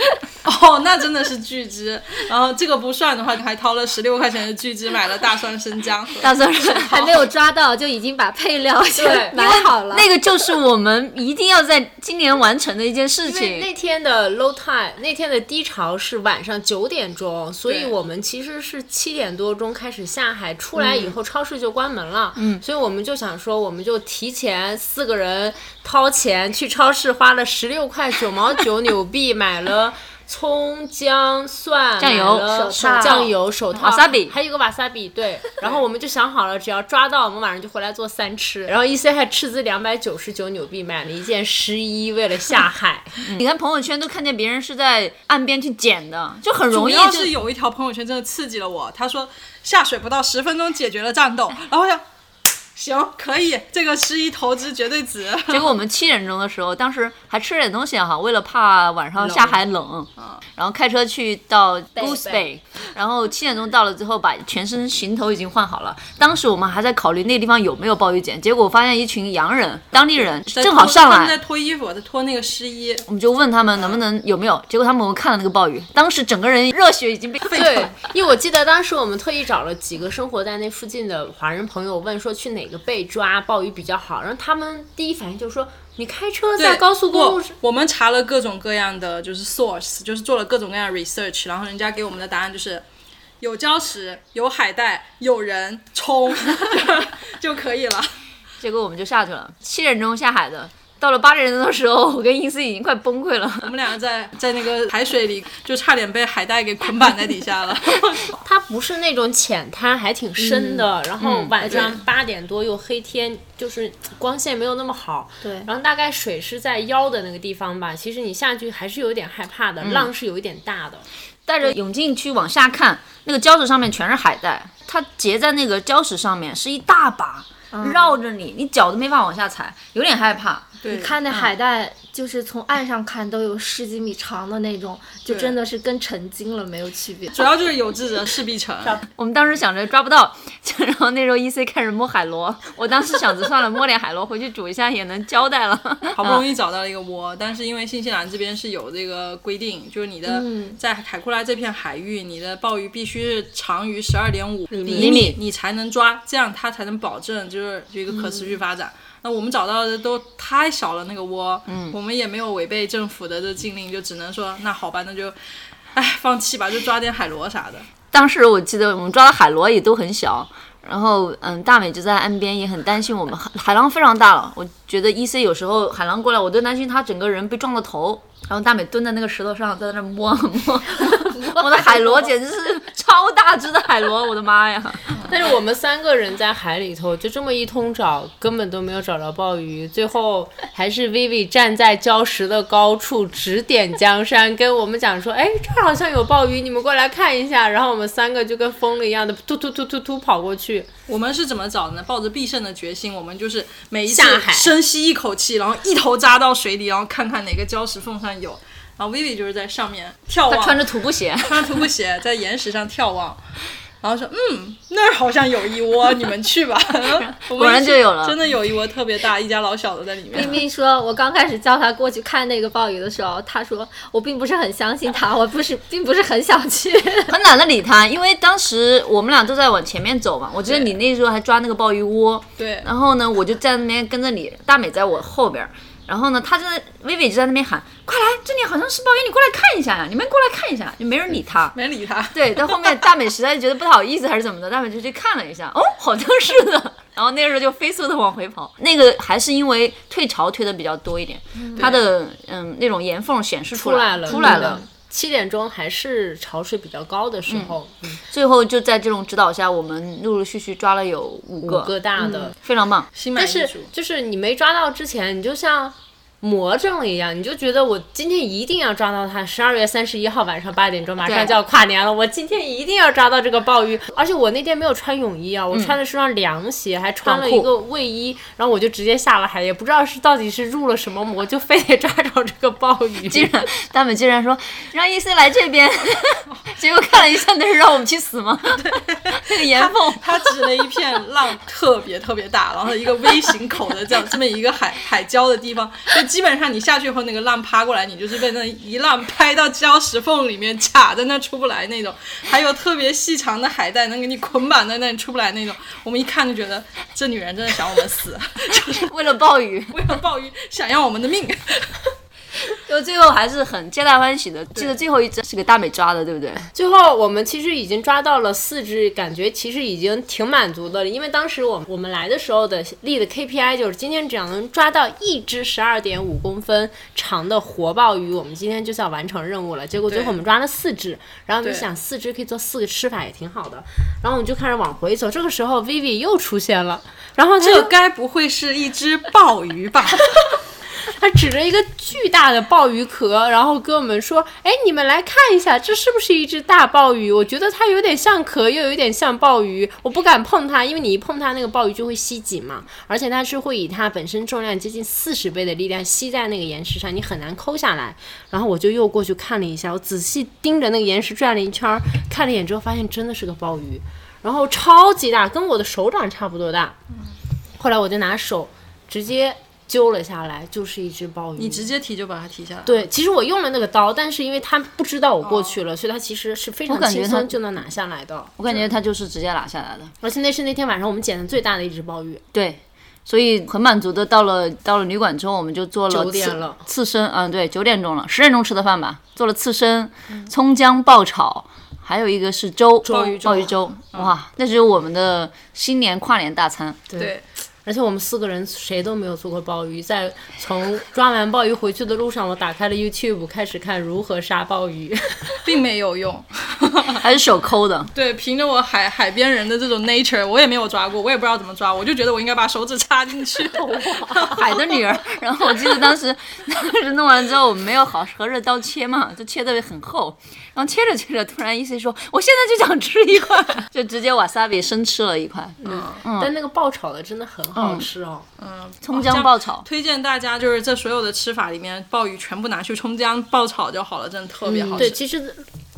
哦，那真的是巨资，然后这个不算的话，还掏了十六块钱的巨资买了大蒜 <laughs> 生姜和，大三人还没有抓到，就已经把配料对先买好了。那个就是我们一定要在今年完成的一件事因为那情。天的 low time，那天的低潮是晚上九点钟，所以对我们其实是七点多钟开始下海，出来以后超市就关门了。嗯，所以我们就想说，我们就提前四个人掏钱去超市，花了十六块九毛九纽币买了。葱、姜、蒜、酱油买了手套酱油、手套、 wasabi 还有一个瓦萨比，对。然后我们就想好了，只要抓到，我们晚上就回来做三吃。然后 E C 还斥资两百九十九纽币买了一件湿衣，为了下海。你看朋友圈都看见别人是在岸边去捡的，就很容易主要就是有一条朋友圈真的刺激了我，他说下水不到十分钟解决了战斗，然后我想。行，可以，这个是一投资绝对值。结果我们七点钟的时候，当时还吃了点东西哈，为了怕晚上下海冷，嗯然后开车去到 Goose Bay，然后七点钟到了之后，把全身行头已经换好了。当时我们还在考虑那地方有没有鲍鱼捡，结果我发现一群洋人，当地人在正好脱上他们在来，脱衣服，在脱那个湿衣。我们就问他们能不能有没有，结果他们我们看了那个鲍鱼，当时整个人热血已经被沸腾 <laughs> 对。，因为我记得当时我们特意找了几个生活在那附近的华人朋友，问说去哪个贝抓鲍鱼比较好，然后他们第一反应就说你开车在对，高速公路上。不我们查了各种各样的就是 source，就是做了各种各样的 research，然后人家给我们的答案就是有礁石、有海带、有人冲 <laughs> 就可以了。结果我们就下去了，七点钟下海的。到了巴黎人的时候， <laughs> 我跟英斯已经快崩溃了。我们两个在在那个海水里，就差点被海带给捆绑在底下了。 <laughs> 它不是那种浅滩，还挺深嗯的。然后晚上对八点多又黑天，就是光线没有那么好。对然后大概水是在腰的那个地方吧。其实你下去还是有点害怕的，嗯浪是有一点大的。带着泳镜去往下看，那个礁石上面全是海带，它结在那个礁石上面是一大把，嗯绕着你，你脚都没法往下踩，有点害怕。对，看那海带，就是从岸上看都有十几米长的那种，就对真的是跟成精了没有区别。主要就是有志者事必成。我们当时想着抓不到， <laughs> 然后那时候 E C 开始摸海螺，我当时想着算了，摸点海螺回去煮一下也能交代了。好不容易找到了一个窝，但是因为新西兰这边是有这个规定，就是你的、在凯库拉这片海域，你的鲍鱼必须是长于十二点五嗯米厘米，你才能抓，这样它才能保证就是有一个可持续发展。那我们找到的都太小了，那个窝，嗯，我们也没有违背政府的这禁令，就只能说那好吧，那就，哎，放弃吧，就抓点海螺啥的。当时我记得我们抓的海螺也都很小，然后嗯，大美就在岸边也很担心我们，海海浪非常大了。我觉得 E C 有时候海浪过来，我都担心他整个人被撞到头。然后大美蹲在那个石头上，在那摸摸摸，我的海螺简直是超大只的海螺，我的妈呀！但是我们三个人在海里头就这么一通找，根本都没有找着鲍鱼。最后还是 Vivi 站在礁石的高处指点江山，跟我们讲说：“哎，这儿好像有鲍鱼，你们过来看一下。”然后我们三个就跟疯了一样的突突突突突跑过去。我们是怎么找的呢？抱着必胜的决心，我们就是每一次下海深吸一口气，然后一头扎到水里，然后看看哪个礁石缝上有。然后 Vivi 就是在上面眺他望，穿着徒步鞋，穿着徒步鞋在岩石上眺望，然后说：“嗯，那儿好像有一窝，你们去吧。” <laughs> 我 <laughs> 们一起果然就有了真的有一窝特别大，一家老小的在里冰面。冰说，我刚开始叫他过去看那个鲍鱼的时候，他说我并不是很相信他，我不是并不是很想去。很懒得理他，因为当时我们俩都在往前面走嘛。我记得你那时候还抓那个鲍鱼窝，对，然后呢，我就在那边跟着你，大美在我后边儿。然后呢，他就在薇薇就在那边喊：“快来，这里好像是鲍鱼，你过来看一下呀！你们过来看一下。”就没人理他。没理他。对，到后面大美实在觉得不好意思还是怎么的，大美就去看了一下，哦，好像是的。然后那个时候就飞速的往回跑，那个还是因为退潮退的比较多一点，它的嗯那种岩缝显示出出来来了，嗯出来了，。七点钟还是潮水比较高的时候，嗯最后就在这种指导下，我们陆陆续续抓了有五个，五个大的。非常棒。心满但意是足。就是你没抓到之前，你就像魔怔了一样，你就觉得我今天一定要抓到它。十二月三十一号晚上八点钟，马上对就要跨年了，我今天一定要抓到这个鲍鱼。而且我那天没有穿泳嗯衣啊，我穿的是双凉鞋，还穿了短裤一个卫嗯衣，然后我就直接下了海，也不知道是到底是入了什么魔，就非得抓着这个鲍鱼。 <laughs> 竟然大美竟然说让 E C 来这 <laughs> 边，结果看了一下，那是让我们去死吗？那个岩缝， <laughs> 他指了一片浪特别特别大，然后一个 V 型口的这样这么一个海海礁的地方，就基本上你下去以后，那个浪趴过来，你就是被那一浪拍到礁石缝里面卡在那出不来那种。还有特别细长的海带能给你捆绑在那里出不来那种，我们一看就觉得这女人真的想我们死， <laughs> 就是为了鲍鱼，为了鲍鱼想要我们的命。就最后还是很皆大欢喜的。记得最后一只是给大美抓的，对不对？最后我们其实已经抓到了四只，感觉其实已经挺满足的了，因为当时我们我们来的时候的立的 KPI 就是今天只要能抓到一只十二点五公分长的活鲍鱼，我们今天就是要完成任务了。结果最后对我们抓了四只，然后我们就对想四只可以做四个吃法也挺好的，然后我们就开始往回走。这个时候 Vivi 又出现了，然后他 <laughs> <laughs> 这就该不会是一只鲍鱼吧？他指着一个巨大的鲍鱼壳，然后跟我们说：“哎，你们来看一下，这是不是一只大鲍鱼？我觉得它有点像壳，又有点像鲍鱼，我不敢碰它，因为你一碰它，那个鲍鱼就会吸紧嘛。而且它是会以它本身重量接近四十倍的力量吸在那个岩石上，你很难抠下来。然后我就又过去看了一下，我仔细盯着那个岩石转了一圈儿，看了一眼之后，发现真的是个鲍鱼，然后超级大，跟我的手掌差不多大。后来我就拿手直接揪了下来，就是一只鲍鱼。 <laughs> 你直接提就把它提下来。对，其实我用了那个刀，但是因为他不知道我过去了，所以他其实是非我常感觉轻他松就能拿下来的。我感觉它就是直接拿下来的。而且那是那天晚上我们捡的最大的一只鲍鱼，对，所以很满足的到了到了旅馆之后，我们就做了九点刺了刺身，嗯，对，九点钟了，十点钟吃的饭吧，做了刺身、葱姜爆炒，还有一个嗯是粥，鲍嗯鱼粥鲍鱼粥，哇，那是我们的新年跨年大餐。对对而且我们四个人谁都没有做过鲍鱼，在从抓完鲍鱼回去的路上，我打开了 YouTube 开始看如何杀鲍鱼。并没有 <laughs> 用。还是手抠的。对，凭着我海海边人的这种 nature，我也没有抓过，我也不知道怎么抓，我就觉得我应该把手指插进去。 <laughs> <laughs> 海的女儿。然后我记得当时，当时弄完之后，我们没有好合着刀切嘛，就切得很厚。然后切着切着，突然一 C 说：“我现在就想吃一块， <laughs> 就直接瓦萨比生吃了一块。嗯 <laughs> 但那个爆炒的真的很好吃哦。葱姜爆炒推荐大家就是这所有的吃法里面，鲍鱼全部拿去葱姜爆炒就好了，真的特别好吃。对，其实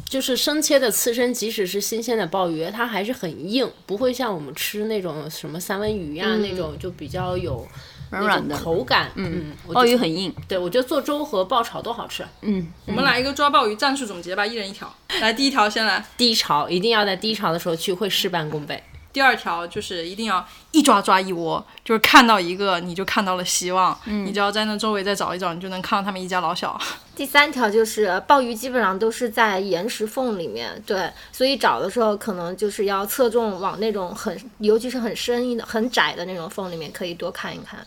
就是生切的刺身，即使是新鲜的鲍鱼，它还是很硬，不会像我们吃那种什么三文鱼呀、那种就比较有嗯软软的口感。嗯，我鲍觉鱼得很硬，对，我觉得做粥和爆炒都好吃。我们来一个抓鲍鱼战术总结吧，一人一条。来，第一条先来，低潮一定要在低潮的时候去，会事半功倍。第二条就是一定要一抓抓一窝，就是看到一个你就看到了希望，你只要在那周围再找一找，你就能看到他们一家老小。第三条就是鲍鱼基本上都是在岩石缝里面，对，所以找的时候可能就是要侧重往那种很，尤其是很深一的、很窄的那种缝里面，可以多看一看。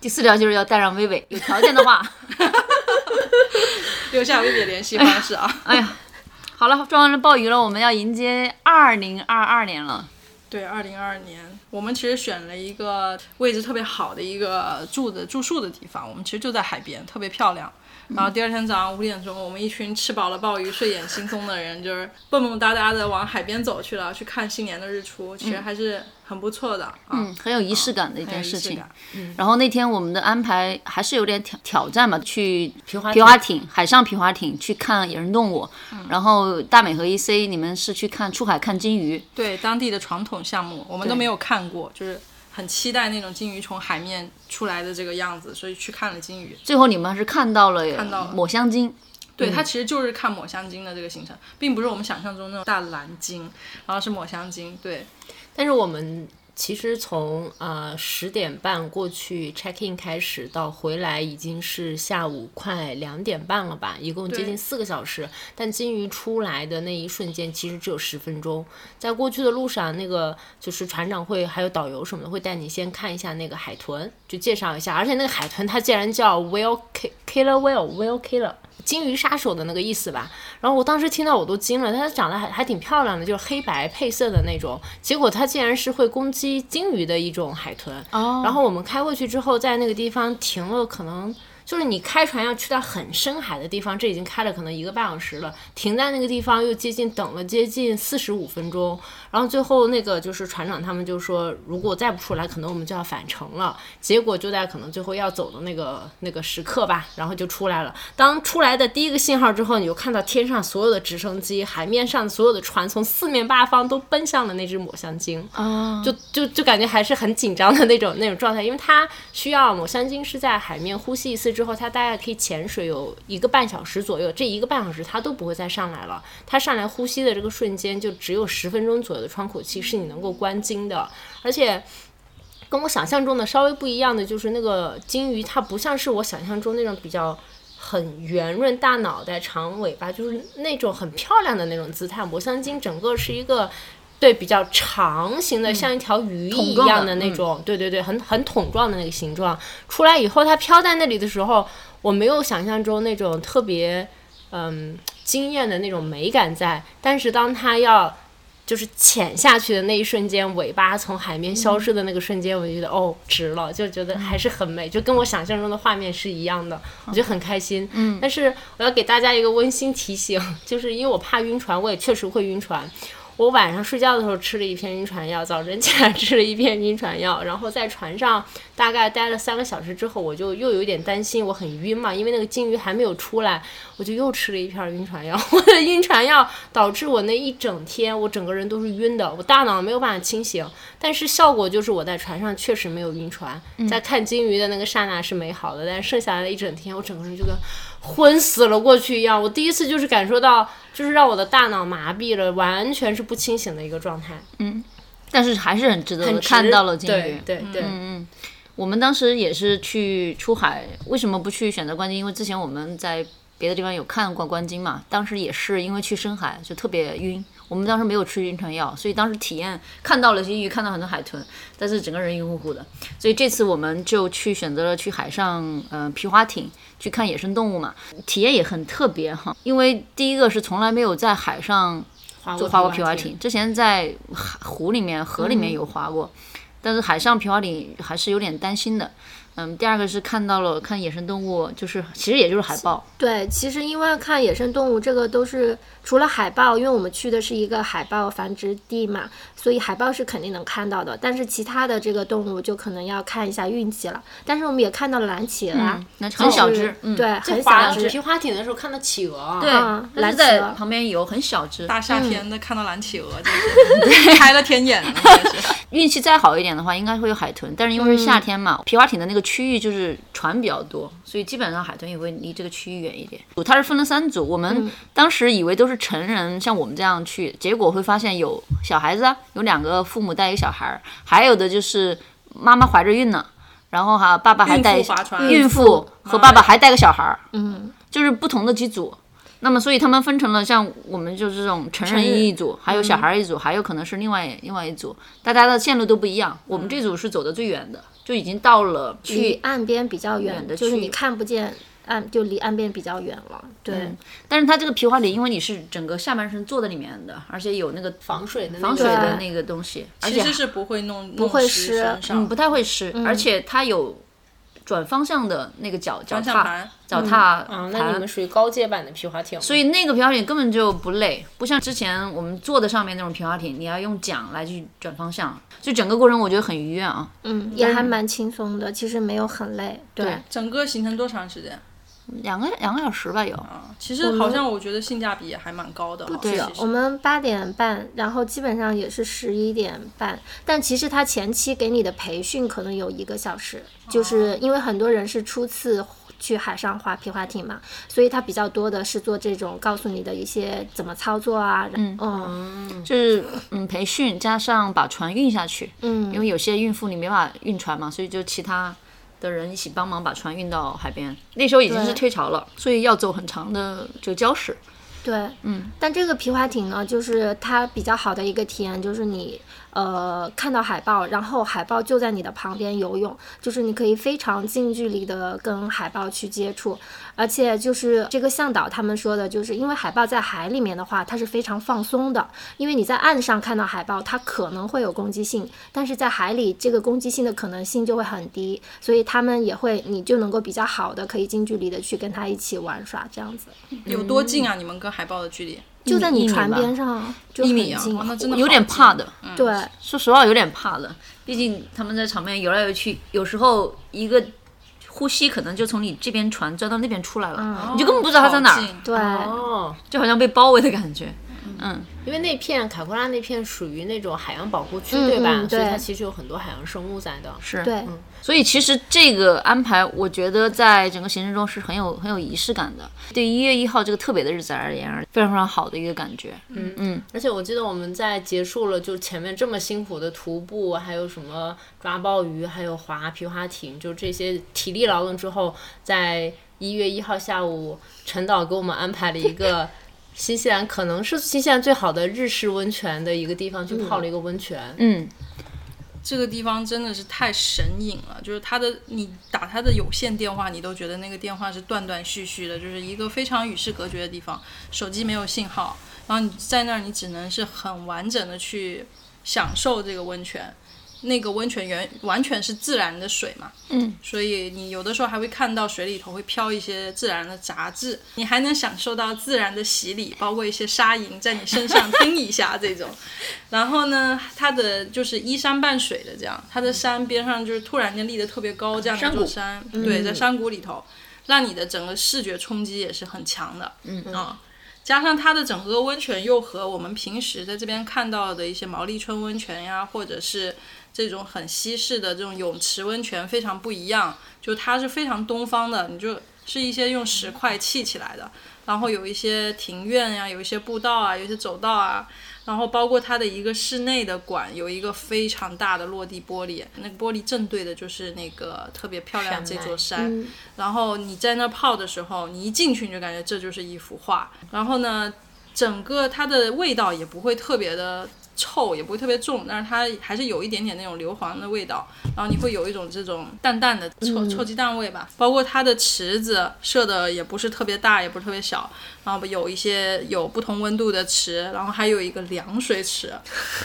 第四条就是要带上薇薇，有条件的话。 <laughs> <laughs> 留下薇姐联系方式啊。哎呀，好了，抓完了鲍鱼了，我们要迎接二零二二年了。对，二零二二年，我们其实选了一个位置特别好的一个住的住宿的地方，我们其实就在海边，特别漂亮。然后第二天早上五点钟，我们一群吃饱了鲍鱼、睡眼惺忪的人，就是蹦蹦哒哒的往海边走去了，去看新年的日出，其实还是很不错的啊。嗯，很有仪式感的一很件有仪事式情感。然后那天我们的安排还是有点挑挑战嘛，去皮划艇艇、海上皮划艇去看野人动物。然后大美和 E C 你们是去看出海看金鱼，对当地的传统项目，我们都没有看过，就是很期待那种金鱼从海面出来的这个样子，所以去看了金鱼。最后你们还是看到了看到了抹香鲸。对，嗯它其实就是看抹香鲸的这个行程，并不是我们想象中那种大蓝鲸，然后是抹香鲸。对，但是我们其实从呃十点半过去 check in 开始到回来已经是下午快两点半了吧，一共接对近四个小时。但金鱼出来的那一瞬间，其实只有十分钟。在过去的路上，那个就是船长会还有导游什么的会带你先看一下那个海豚，就介绍一下。而且那个海豚它竟然叫 whale ki- killer whale whale killer。金鱼杀手的那个意思吧，然后我当时听到我都惊了，它长得还还挺漂亮的，就是黑白配色的那种，结果它竟然是会攻击鲸鱼的一种海豚。哦，然后我们开过去之后，在那个地方停了，可能就是你开船要去到很深海的地方，这已经开了可能一个半小时了，停在那个地方又接近等了接近四十五分钟，然后最后那个就是船长他们就说，如果再不出来，可能我们就要返程了。结果就在可能最后要走的那个那个时刻吧，然后就出来了。当出来的第一个信号之后，你就看到天上所有的直升机、海面上所有的船从四面八方都奔向了那只抹香鲸。就就就感觉还是很紧张的那种那种状态，因为它需要抹香鲸是在海面呼吸一次之后，它大概可以潜水有一个半小时左右，这一个半小时它都不会再上来了。它上来呼吸的这个瞬间，就只有十分钟左右的窗口期是你能够观鲸的，而且。跟我想象中的稍微不一样的就是那个鲸鱼，它不像是我想象中那种比较很圆润、大脑袋、长尾巴，就是那种很漂亮的那种姿态。抹香鲸整个是一个对比较长形的，像一条鱼一嗯状的嗯样的那种，对对对，很很桶状的那个形状。出来以后，它飘在那里的时候，我没有想象中那种特别嗯惊艳的那种美感在，但是当它要就是潜下去的那一瞬间，尾巴从海面消失的那个瞬间，我就觉得哦，值了，就觉得还是很美，就跟我想象中的画面是一样的，我就很开心。嗯，但是我要给大家一个温馨提醒，就是因为我怕晕船，我也确实会晕船。我晚上睡觉的时候吃了一片晕船药，早晨起来吃了一片晕船药，然后在船上大概待了三个小时之后，我就又有一点担心，我很晕嘛，因为那个鲸鱼还没有出来，我就又吃了一片晕船药。 <laughs> 我的晕船药导致我那一整天，我整个人都是晕的，我大脑没有办法清醒。但是效果就是我在船上确实没有晕船，嗯在看鲸鱼的那个刹那是美好的，但是剩下来的一整天，我整个人就跟昏死了过去一样。我第一次就是感受到，就是让我的大脑麻痹了，完全是不清醒的一个状态。但是还是很值得的很看值到了金鱼。嗯对对对，我们当时也是去出海，为什么不去选择观鲸？因为之前我们在别的地方有看过观鲸嘛，当时也是因为去深海就特别晕，我们当时没有吃晕船药，所以当时体验看到了鲸鱼，看到很多海豚，但是整个人晕乎乎的。所以这次我们就去选择了去海上，呃，皮划艇去看野生动物嘛，体验也很特别哈。因为第一个是从来没有在海上划就过划过皮皮划划艇，，之前在海湖里面、河里嗯面有划过，但是海上皮划艇还是有点担心的。嗯，第二个是看到了看野生动物，就是其实也就是海豹，对，其实因为看野生动物这个都是除了海豹，因为我们去的是一个海豹繁殖地嘛，所以海豹是肯定能看到的。但是其他的这个动物就可能要看一下运气了。但是我们也看到了蓝企鹅啊，嗯那很小就只是，嗯，对，这很划小只皮。划艇的时候看到企鹅啊，对，嗯它蓝是企在鹅旁边游，很小只。大夏天的看到蓝企鹅，真是 <laughs> 开了天眼了，真 <laughs> 是。运气再好一点的话，应该会有海豚，但是因为是夏天嘛，皮划艇的那个区域就是船比较多，所以基本上海豚也会离这个区域远一点。它是分了三组，我们当时以为都是成人，像我们这样去，结果会发现有小孩子啊，有两个父母带一个小孩儿，还有的就是妈妈怀着孕呢，然后哈、爸爸还带孕妇划船孕孕妇妇和爸爸还带个小孩儿，嗯，就是不同的几组。那么，所以他们分成了像我们就这种成人嗯一组，还有小孩一组，还有可能是另外另外一组，大家的线路都不一样。我们这组是走的最远的，就已经到了离去岸边比较远远的就是去你看不见岸，就离岸边比较远了。对，嗯但是它这个皮划艇，因为你是整个下半身坐在里面的，而且有那个防水的那防个水的对那个东西，而其且实是不会弄不会弄湿湿身嗯上不太会湿，而且它有转方向的那个脚脚方向踏盘脚踏啊，那你们属于高阶版的皮划艇，所以那个皮划艇根本就不累，不像之前我们坐的上面那种皮划艇，你要用桨来去转方向，就整个过程我觉得很愉悦啊。嗯，也还蛮轻松的，其实没有很累。对整个行程多长时间？两个两个小时吧有，啊，其实好像我觉得性价比也还蛮高的哈。是其的实我们八点半，然后基本上也是十一点半，但其实他前期给你的培训可能有一个小时，就是因为很多人是初次。去海上划皮划艇嘛，所以他比较多的是做这种告诉你的一些怎么操作啊，嗯嗯就是嗯培训加上把船运下去，因嗯，为有些孕妇你没法运船嘛，所以就其他的人一起帮忙把船运到海边。那时候已经是对退潮了，所以要走很长的这个礁石。对，嗯。但这个皮划艇呢，就是它比较好的一个体验，就是你呃看到海豹，然后海豹就在你的旁边游泳，就是你可以非常近距离的跟海豹去接触，而且就是这个向导他们说的，就是因为海豹在海里面的话，它是非常放松的，因为你在岸上看到海豹，它可能会有攻击性，但是在海里这个攻击性的可能性就会很低，所以他们也会你就能够比较好的可以近距离的去跟它一起玩耍这样子。有多近啊？你们跟海豹的距离？就在一你米船吧边上，就一很米啊近哇，那真的有好嗯点近怕的，对，说实话有点怕的，毕竟他们在场面游来游去，有时候一个呼吸可能就从你这边船钻到那边出来了，你就根本不知道它在哪嗯好儿，近对，哦，就好像被包围的感觉。嗯，因为那片凯库拉那片属于那种海洋保护区，嗯对吧？嗯所以它对其实有很多海洋生物在的。是对，所以其实这个安排，我觉得在整个行程中是很有很有仪式感的。对一月一号这个特别的日子而言，非常非常好的一个感觉。嗯嗯，而且我记得我们在结束了就前面这么辛苦的徒步，还有什么抓鲍鱼，还有划皮划艇，就这些体力劳动之后，在一月一号下午，陈导给我们安排了一个新西兰可能是新西兰最好的日式温泉的一个地方，去泡了一个温泉。嗯，这个地方真的是太神隐了，就是它的你打它的有线电话，你都觉得那个电话是断断续续的，就是一个非常与世隔绝的地方，手机没有信号，然后你在那儿你只能是很完整的去享受这个温泉。那个温泉源完全是自然的水嘛，嗯，所以你有的时候还会看到水里头会飘一些自然的杂质，你还能享受到自然的洗礼，包括一些沙蝇在你身上叮一下这种。然后呢，它的就是依山傍水的这样，它的山边上就是突然间立得特别高，这样的一座山，嗯对，在山谷里头，让你的整个视觉冲击也是很强的，嗯啊。加上它的整个温泉又和我们平时在这边看到的一些毛利村温泉呀，或者是这种很西式的这种泳池温泉非常不一样，就它是非常东方的，你就是一些用石块砌起来的，然后有一些庭院呀，有一些步道啊，有一些走道啊，然后包括它的一个室内的馆有一个非常大的落地玻璃，那个玻璃正对的就是那个特别漂亮的这座山。然后你在那儿泡的时候，你一进去你就感觉这就是一幅画。然后呢，整个它的味道也不会特别的臭，也不会特别重，但是它还是有一点点那种硫磺的味道。然后你会有一种这种淡淡的嗯臭臭鸡蛋味吧。包括它的池子设的也不是特别大，也不是特别小，然后有一些有不同温度的池，然后还有一个凉水池，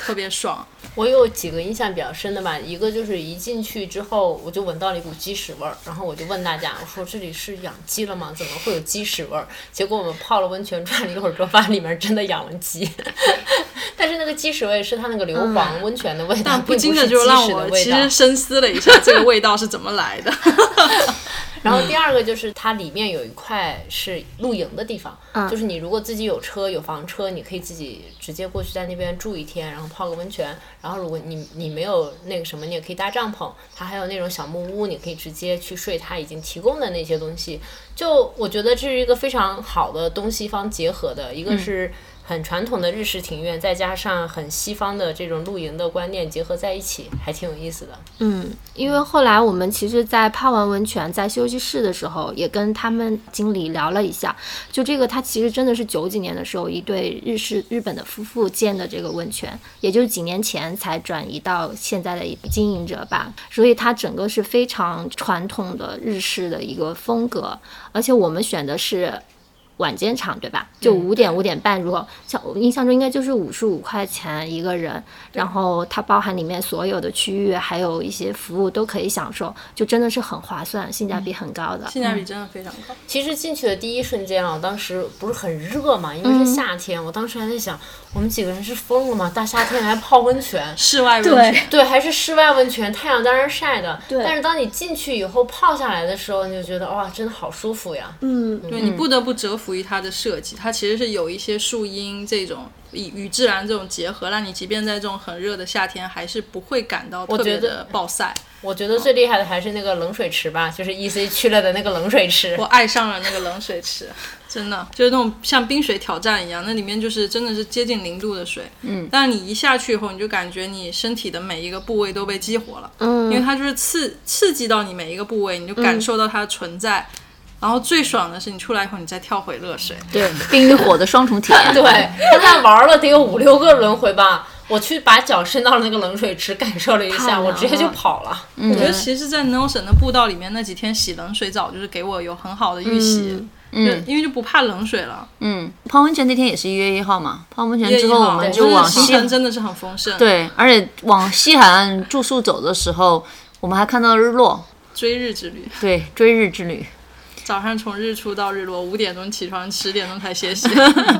特别爽。我有几个印象比较深的吧，一个就是一进去之后，我就闻到了一股鸡屎味儿，然后我就问大家，我说这里是养鸡了吗？怎么会有鸡屎味儿？结果我们泡了温泉，转了一会儿之后，发现里面真的养了鸡， <laughs> 但是那个鸡屎味是它那个硫磺温泉的味道，嗯但不禁并的是就鸡让屎的我味其道。实深思了一下这个味道是怎么来 <laughs> 的。然后第二个就是它里面有一块是露营的地方，就是你如果自己有车有房车，你可以自己直接过去在那边住一天，然后泡个温泉。然后如果你你没有那个什么，你也可以搭帐篷，它还有那种小木屋，你可以直接去睡它已经提供的那些东西。就我觉得这是一个非常好的东西方结合的，一个是。很传统的日式庭院，再加上很西方的这种露营的观念结合在一起，还挺有意思的。嗯，因为后来我们其实，在泡完温泉在休息室的时候，也跟他们经理聊了一下，就这个他其实真的是九几年的时候一对日式日本的夫妇建的这个温泉，也就是几年前才转移到现在的一经营者吧，所以它整个是非常传统的日式的一个风格，而且我们选的是晚间场，对吧？就五点五点半，如果像我印象中应该就是五十五块钱一个人，然后它包含里面所有的区域，还有一些服务都可以享受，就真的是很划算，性价比很高的。性价比真的非常高。？其实进去的第一瞬间啊，我当时不是很热嘛，因嗯为是夏天，我当时还在想，我们几个人是疯了吗？大夏天还泡温泉室外温泉，对，还是室外温泉，太阳在那儿晒的。对但是当你进去以后泡下来的时候，你就觉得哇，真的好舒服呀。嗯对你不得不折服于它的设计，它其实是有一些树荫这种与与自然这种结合，让你即便在这种很热的夏天，还是不会感到特别觉得的暴晒。我觉得最厉害的还是那个冷水池吧，就是 E C 去了的那个冷水池我。爱上了那个冷水池， <laughs> 真的就是那种像冰水挑战一样，那里面就是真的是接近零度的水。嗯，但你一下去以后，你就感觉你身体的每一个部位都被激活了，嗯，因为它就是刺刺激到你每一个部位，你就感受到它的存在。然后最爽的是，你出来以后，你再跳回热水，对，冰与火的双重体 <laughs> 验。对，他那玩了得有五六个轮回吧。我去把脚伸到了那个冷水池，感受了一太下，凉我直接就了跑了。我觉得其实，在 Nelson 的步道里面那几天洗冷水澡，就是给我有很好的预习，嗯，因为就不怕冷水了。嗯，泡温泉那天也是一月一号嘛，泡温泉嗯之后1月1我号们对就往行西，程真的是很丰盛，，对，而且往西海岸住宿走的时候，我们还看到了日落，追日之旅，对，追日之旅，早上从日出到日落，五点钟起床，十点钟才 <laughs> 歇息。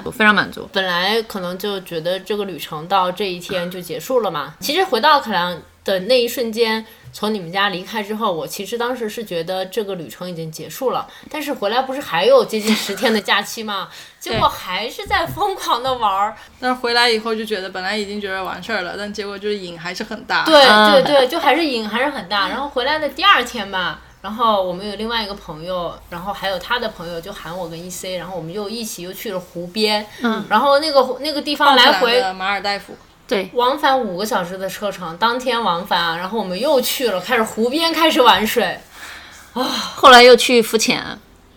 我非常满足。本来可能就觉得这个旅程到这一天就结束了嘛。其实回到凯良的那一瞬间，从你们家离开之后，我其实当时是觉得这个旅程已经结束了，但是回来不是还有接近十天的假期嘛？结果还是在疯狂的玩儿。但是回来以后就觉得，本来已经觉得完事儿了，但结果就是瘾还是很大。对嗯对对，就还是瘾还是很大。然后回来的第二天吧，然后我们有另外一个朋友，然后还有他的朋友就喊我跟 E C，然后我们又一起又去了湖边，嗯，然后那个那个地方来回马尔代夫，对，往返五个小时的车程，当天往返啊，然后我们又去了，开始湖边开始玩水，哦后来又去浮潜，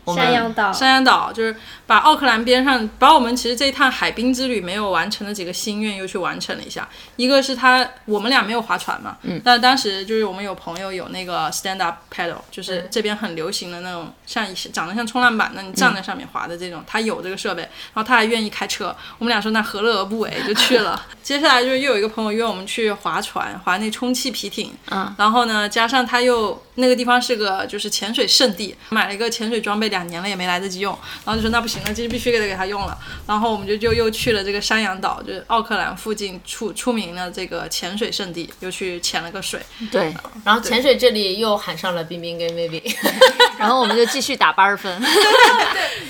我们山羊岛，山羊岛就是把奥克兰边上，把我们其实这一趟海滨之旅没有完成的几个心愿又去完成了一下。一个是他，我们俩没有划船嘛，嗯，但当时就是我们有朋友有那个 stand up paddle，就是这边很流行的那种，像一些长得像冲浪板的，你站在上面滑的这种，他有这个设备，然后他还愿意开车。我们俩说那何乐而不为，就去了。接下来就是又有一个朋友约我们去划船，划那充气皮艇，嗯，然后呢，加上他又那个地方是个就是潜水圣地，买了一个潜水装备，两年了也没来得及用，然后就说那不行了，这必须得给他用了。然后我们就就又去了这个山羊岛，就是奥克兰附近出出名的这个潜水圣地，又去潜了个水。 <laughs> 对，然后潜水这里又喊上了冰冰跟 <laughs> Vivi，然后我们就继续打八十分。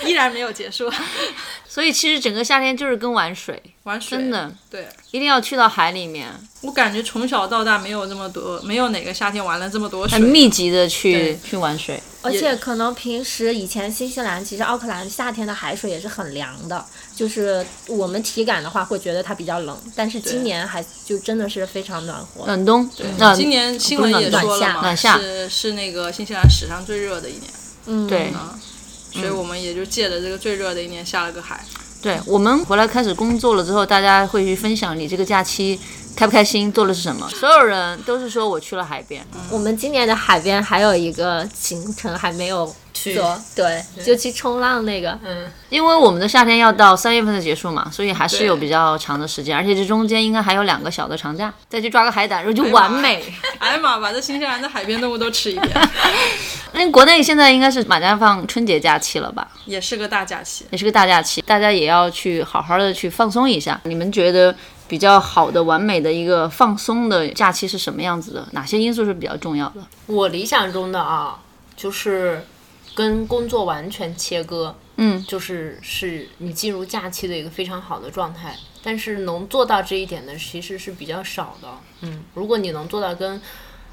<laughs> 依然没有结束， <laughs> 所以其实整个夏天就是跟玩水，玩水真的对。一定要去到海里面，我感觉从小到大没有这么多，没有哪个夏天玩了这么多水很。密集的去对去玩水。而也且可能平时以前新西兰其实奥克兰夏天的海水也是很凉的，就是我们体感的话会觉得它比较冷，但是今年还就真的是非常暖和。暖冬，那嗯今年新闻也说了嘛，暖夏是是那个新西兰史上最热的一年，嗯，对所以嗯我们也就借着这个最热的一年下了个海。对，我们回来开始工作了之后，大家会去分享你这个假期开不开心，做的是什么。所有人都是说我去了海边，我们今年的海边还有一个行程还没有去做，对，就去冲浪那个。嗯，因为我们的夏天要到三月份才结束嘛，所以还是对有比较长的时间，而且这中间应该还有两个小的长假，再去抓个海胆，然后就完美。哎呀妈，把这新西兰的海边动物都吃一遍， <laughs> 那国内现在应该是马上放春节假期了吧？也是个大假期。也是个大假期，大家也要去好好的去放松一下。你们觉得比较好的、完美的一个放松的假期是什么样子的？哪些因素是比较重要的？我理想中的啊，就是跟工作完全切割，嗯，就是是你进入假期的一个非常好的状态。但是能做到这一点的其实是比较少的，嗯，如果你能做到跟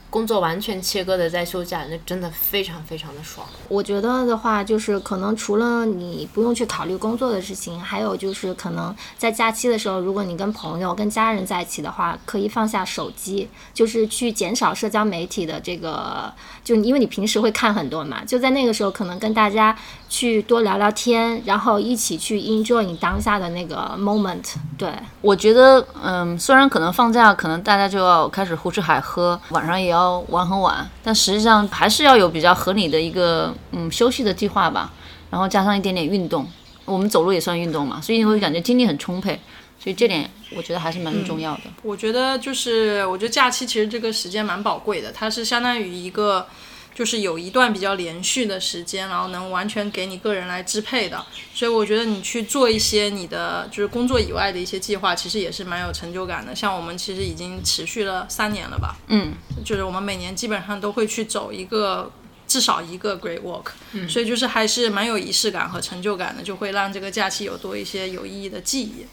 工作完全切割的在休假，那真的非常非常的爽。我觉得的话，就是可能除了你不用去考虑工作的事情，还有就是可能在假期的时候，如果你跟朋友、跟家人在一起的话，可以放下手机，就是去减少社交媒体的这个，就因为你平时会看很多嘛，就在那个时候可能跟大家去多聊聊天，然后一起去 enjoy 你当下的那个 moment。对，我觉得，嗯，虽然可能放假，可能大家就要开始胡吃海喝，晚上也要玩很晚，但实际上还是要有比较合理的一个嗯休息的计划吧，然后加上一点点运动。我们走路也算运动嘛，所以你会感觉精力很充沛，所以这点我觉得还是蛮重要的。我觉得就是，我觉得假期其实这个时间蛮宝贵的，它是相当于一个，就是有一段比较连续的时间，然后能完全给你个人来支配的。所以我觉得你去做一些你的就是工作以外的一些计划，其实也是蛮有成就感的。像我们其实已经持续了三年了吧，嗯，就是我们每年基本上都会去走一个。至少一个 great walk，、所以就是还是蛮有仪式感和成就感的，就会让这个假期有多一些有意义的记忆。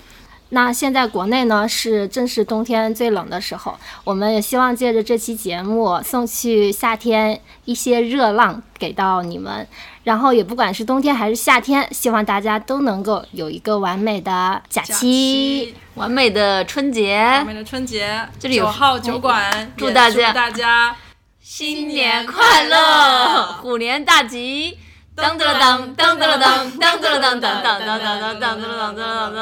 那现在国内呢是正是冬天最冷的时候，我们也希望借着这期节目送去夏天一些热浪给到你们。然后也不管是冬天还是夏天，希望大家都能够有一个完美的假期。假期完美的春节，我们的春节，这里有九号酒馆，祝也大家大家新年快乐，虎年大吉！当当当当当当当当当当当当当当当当当当当。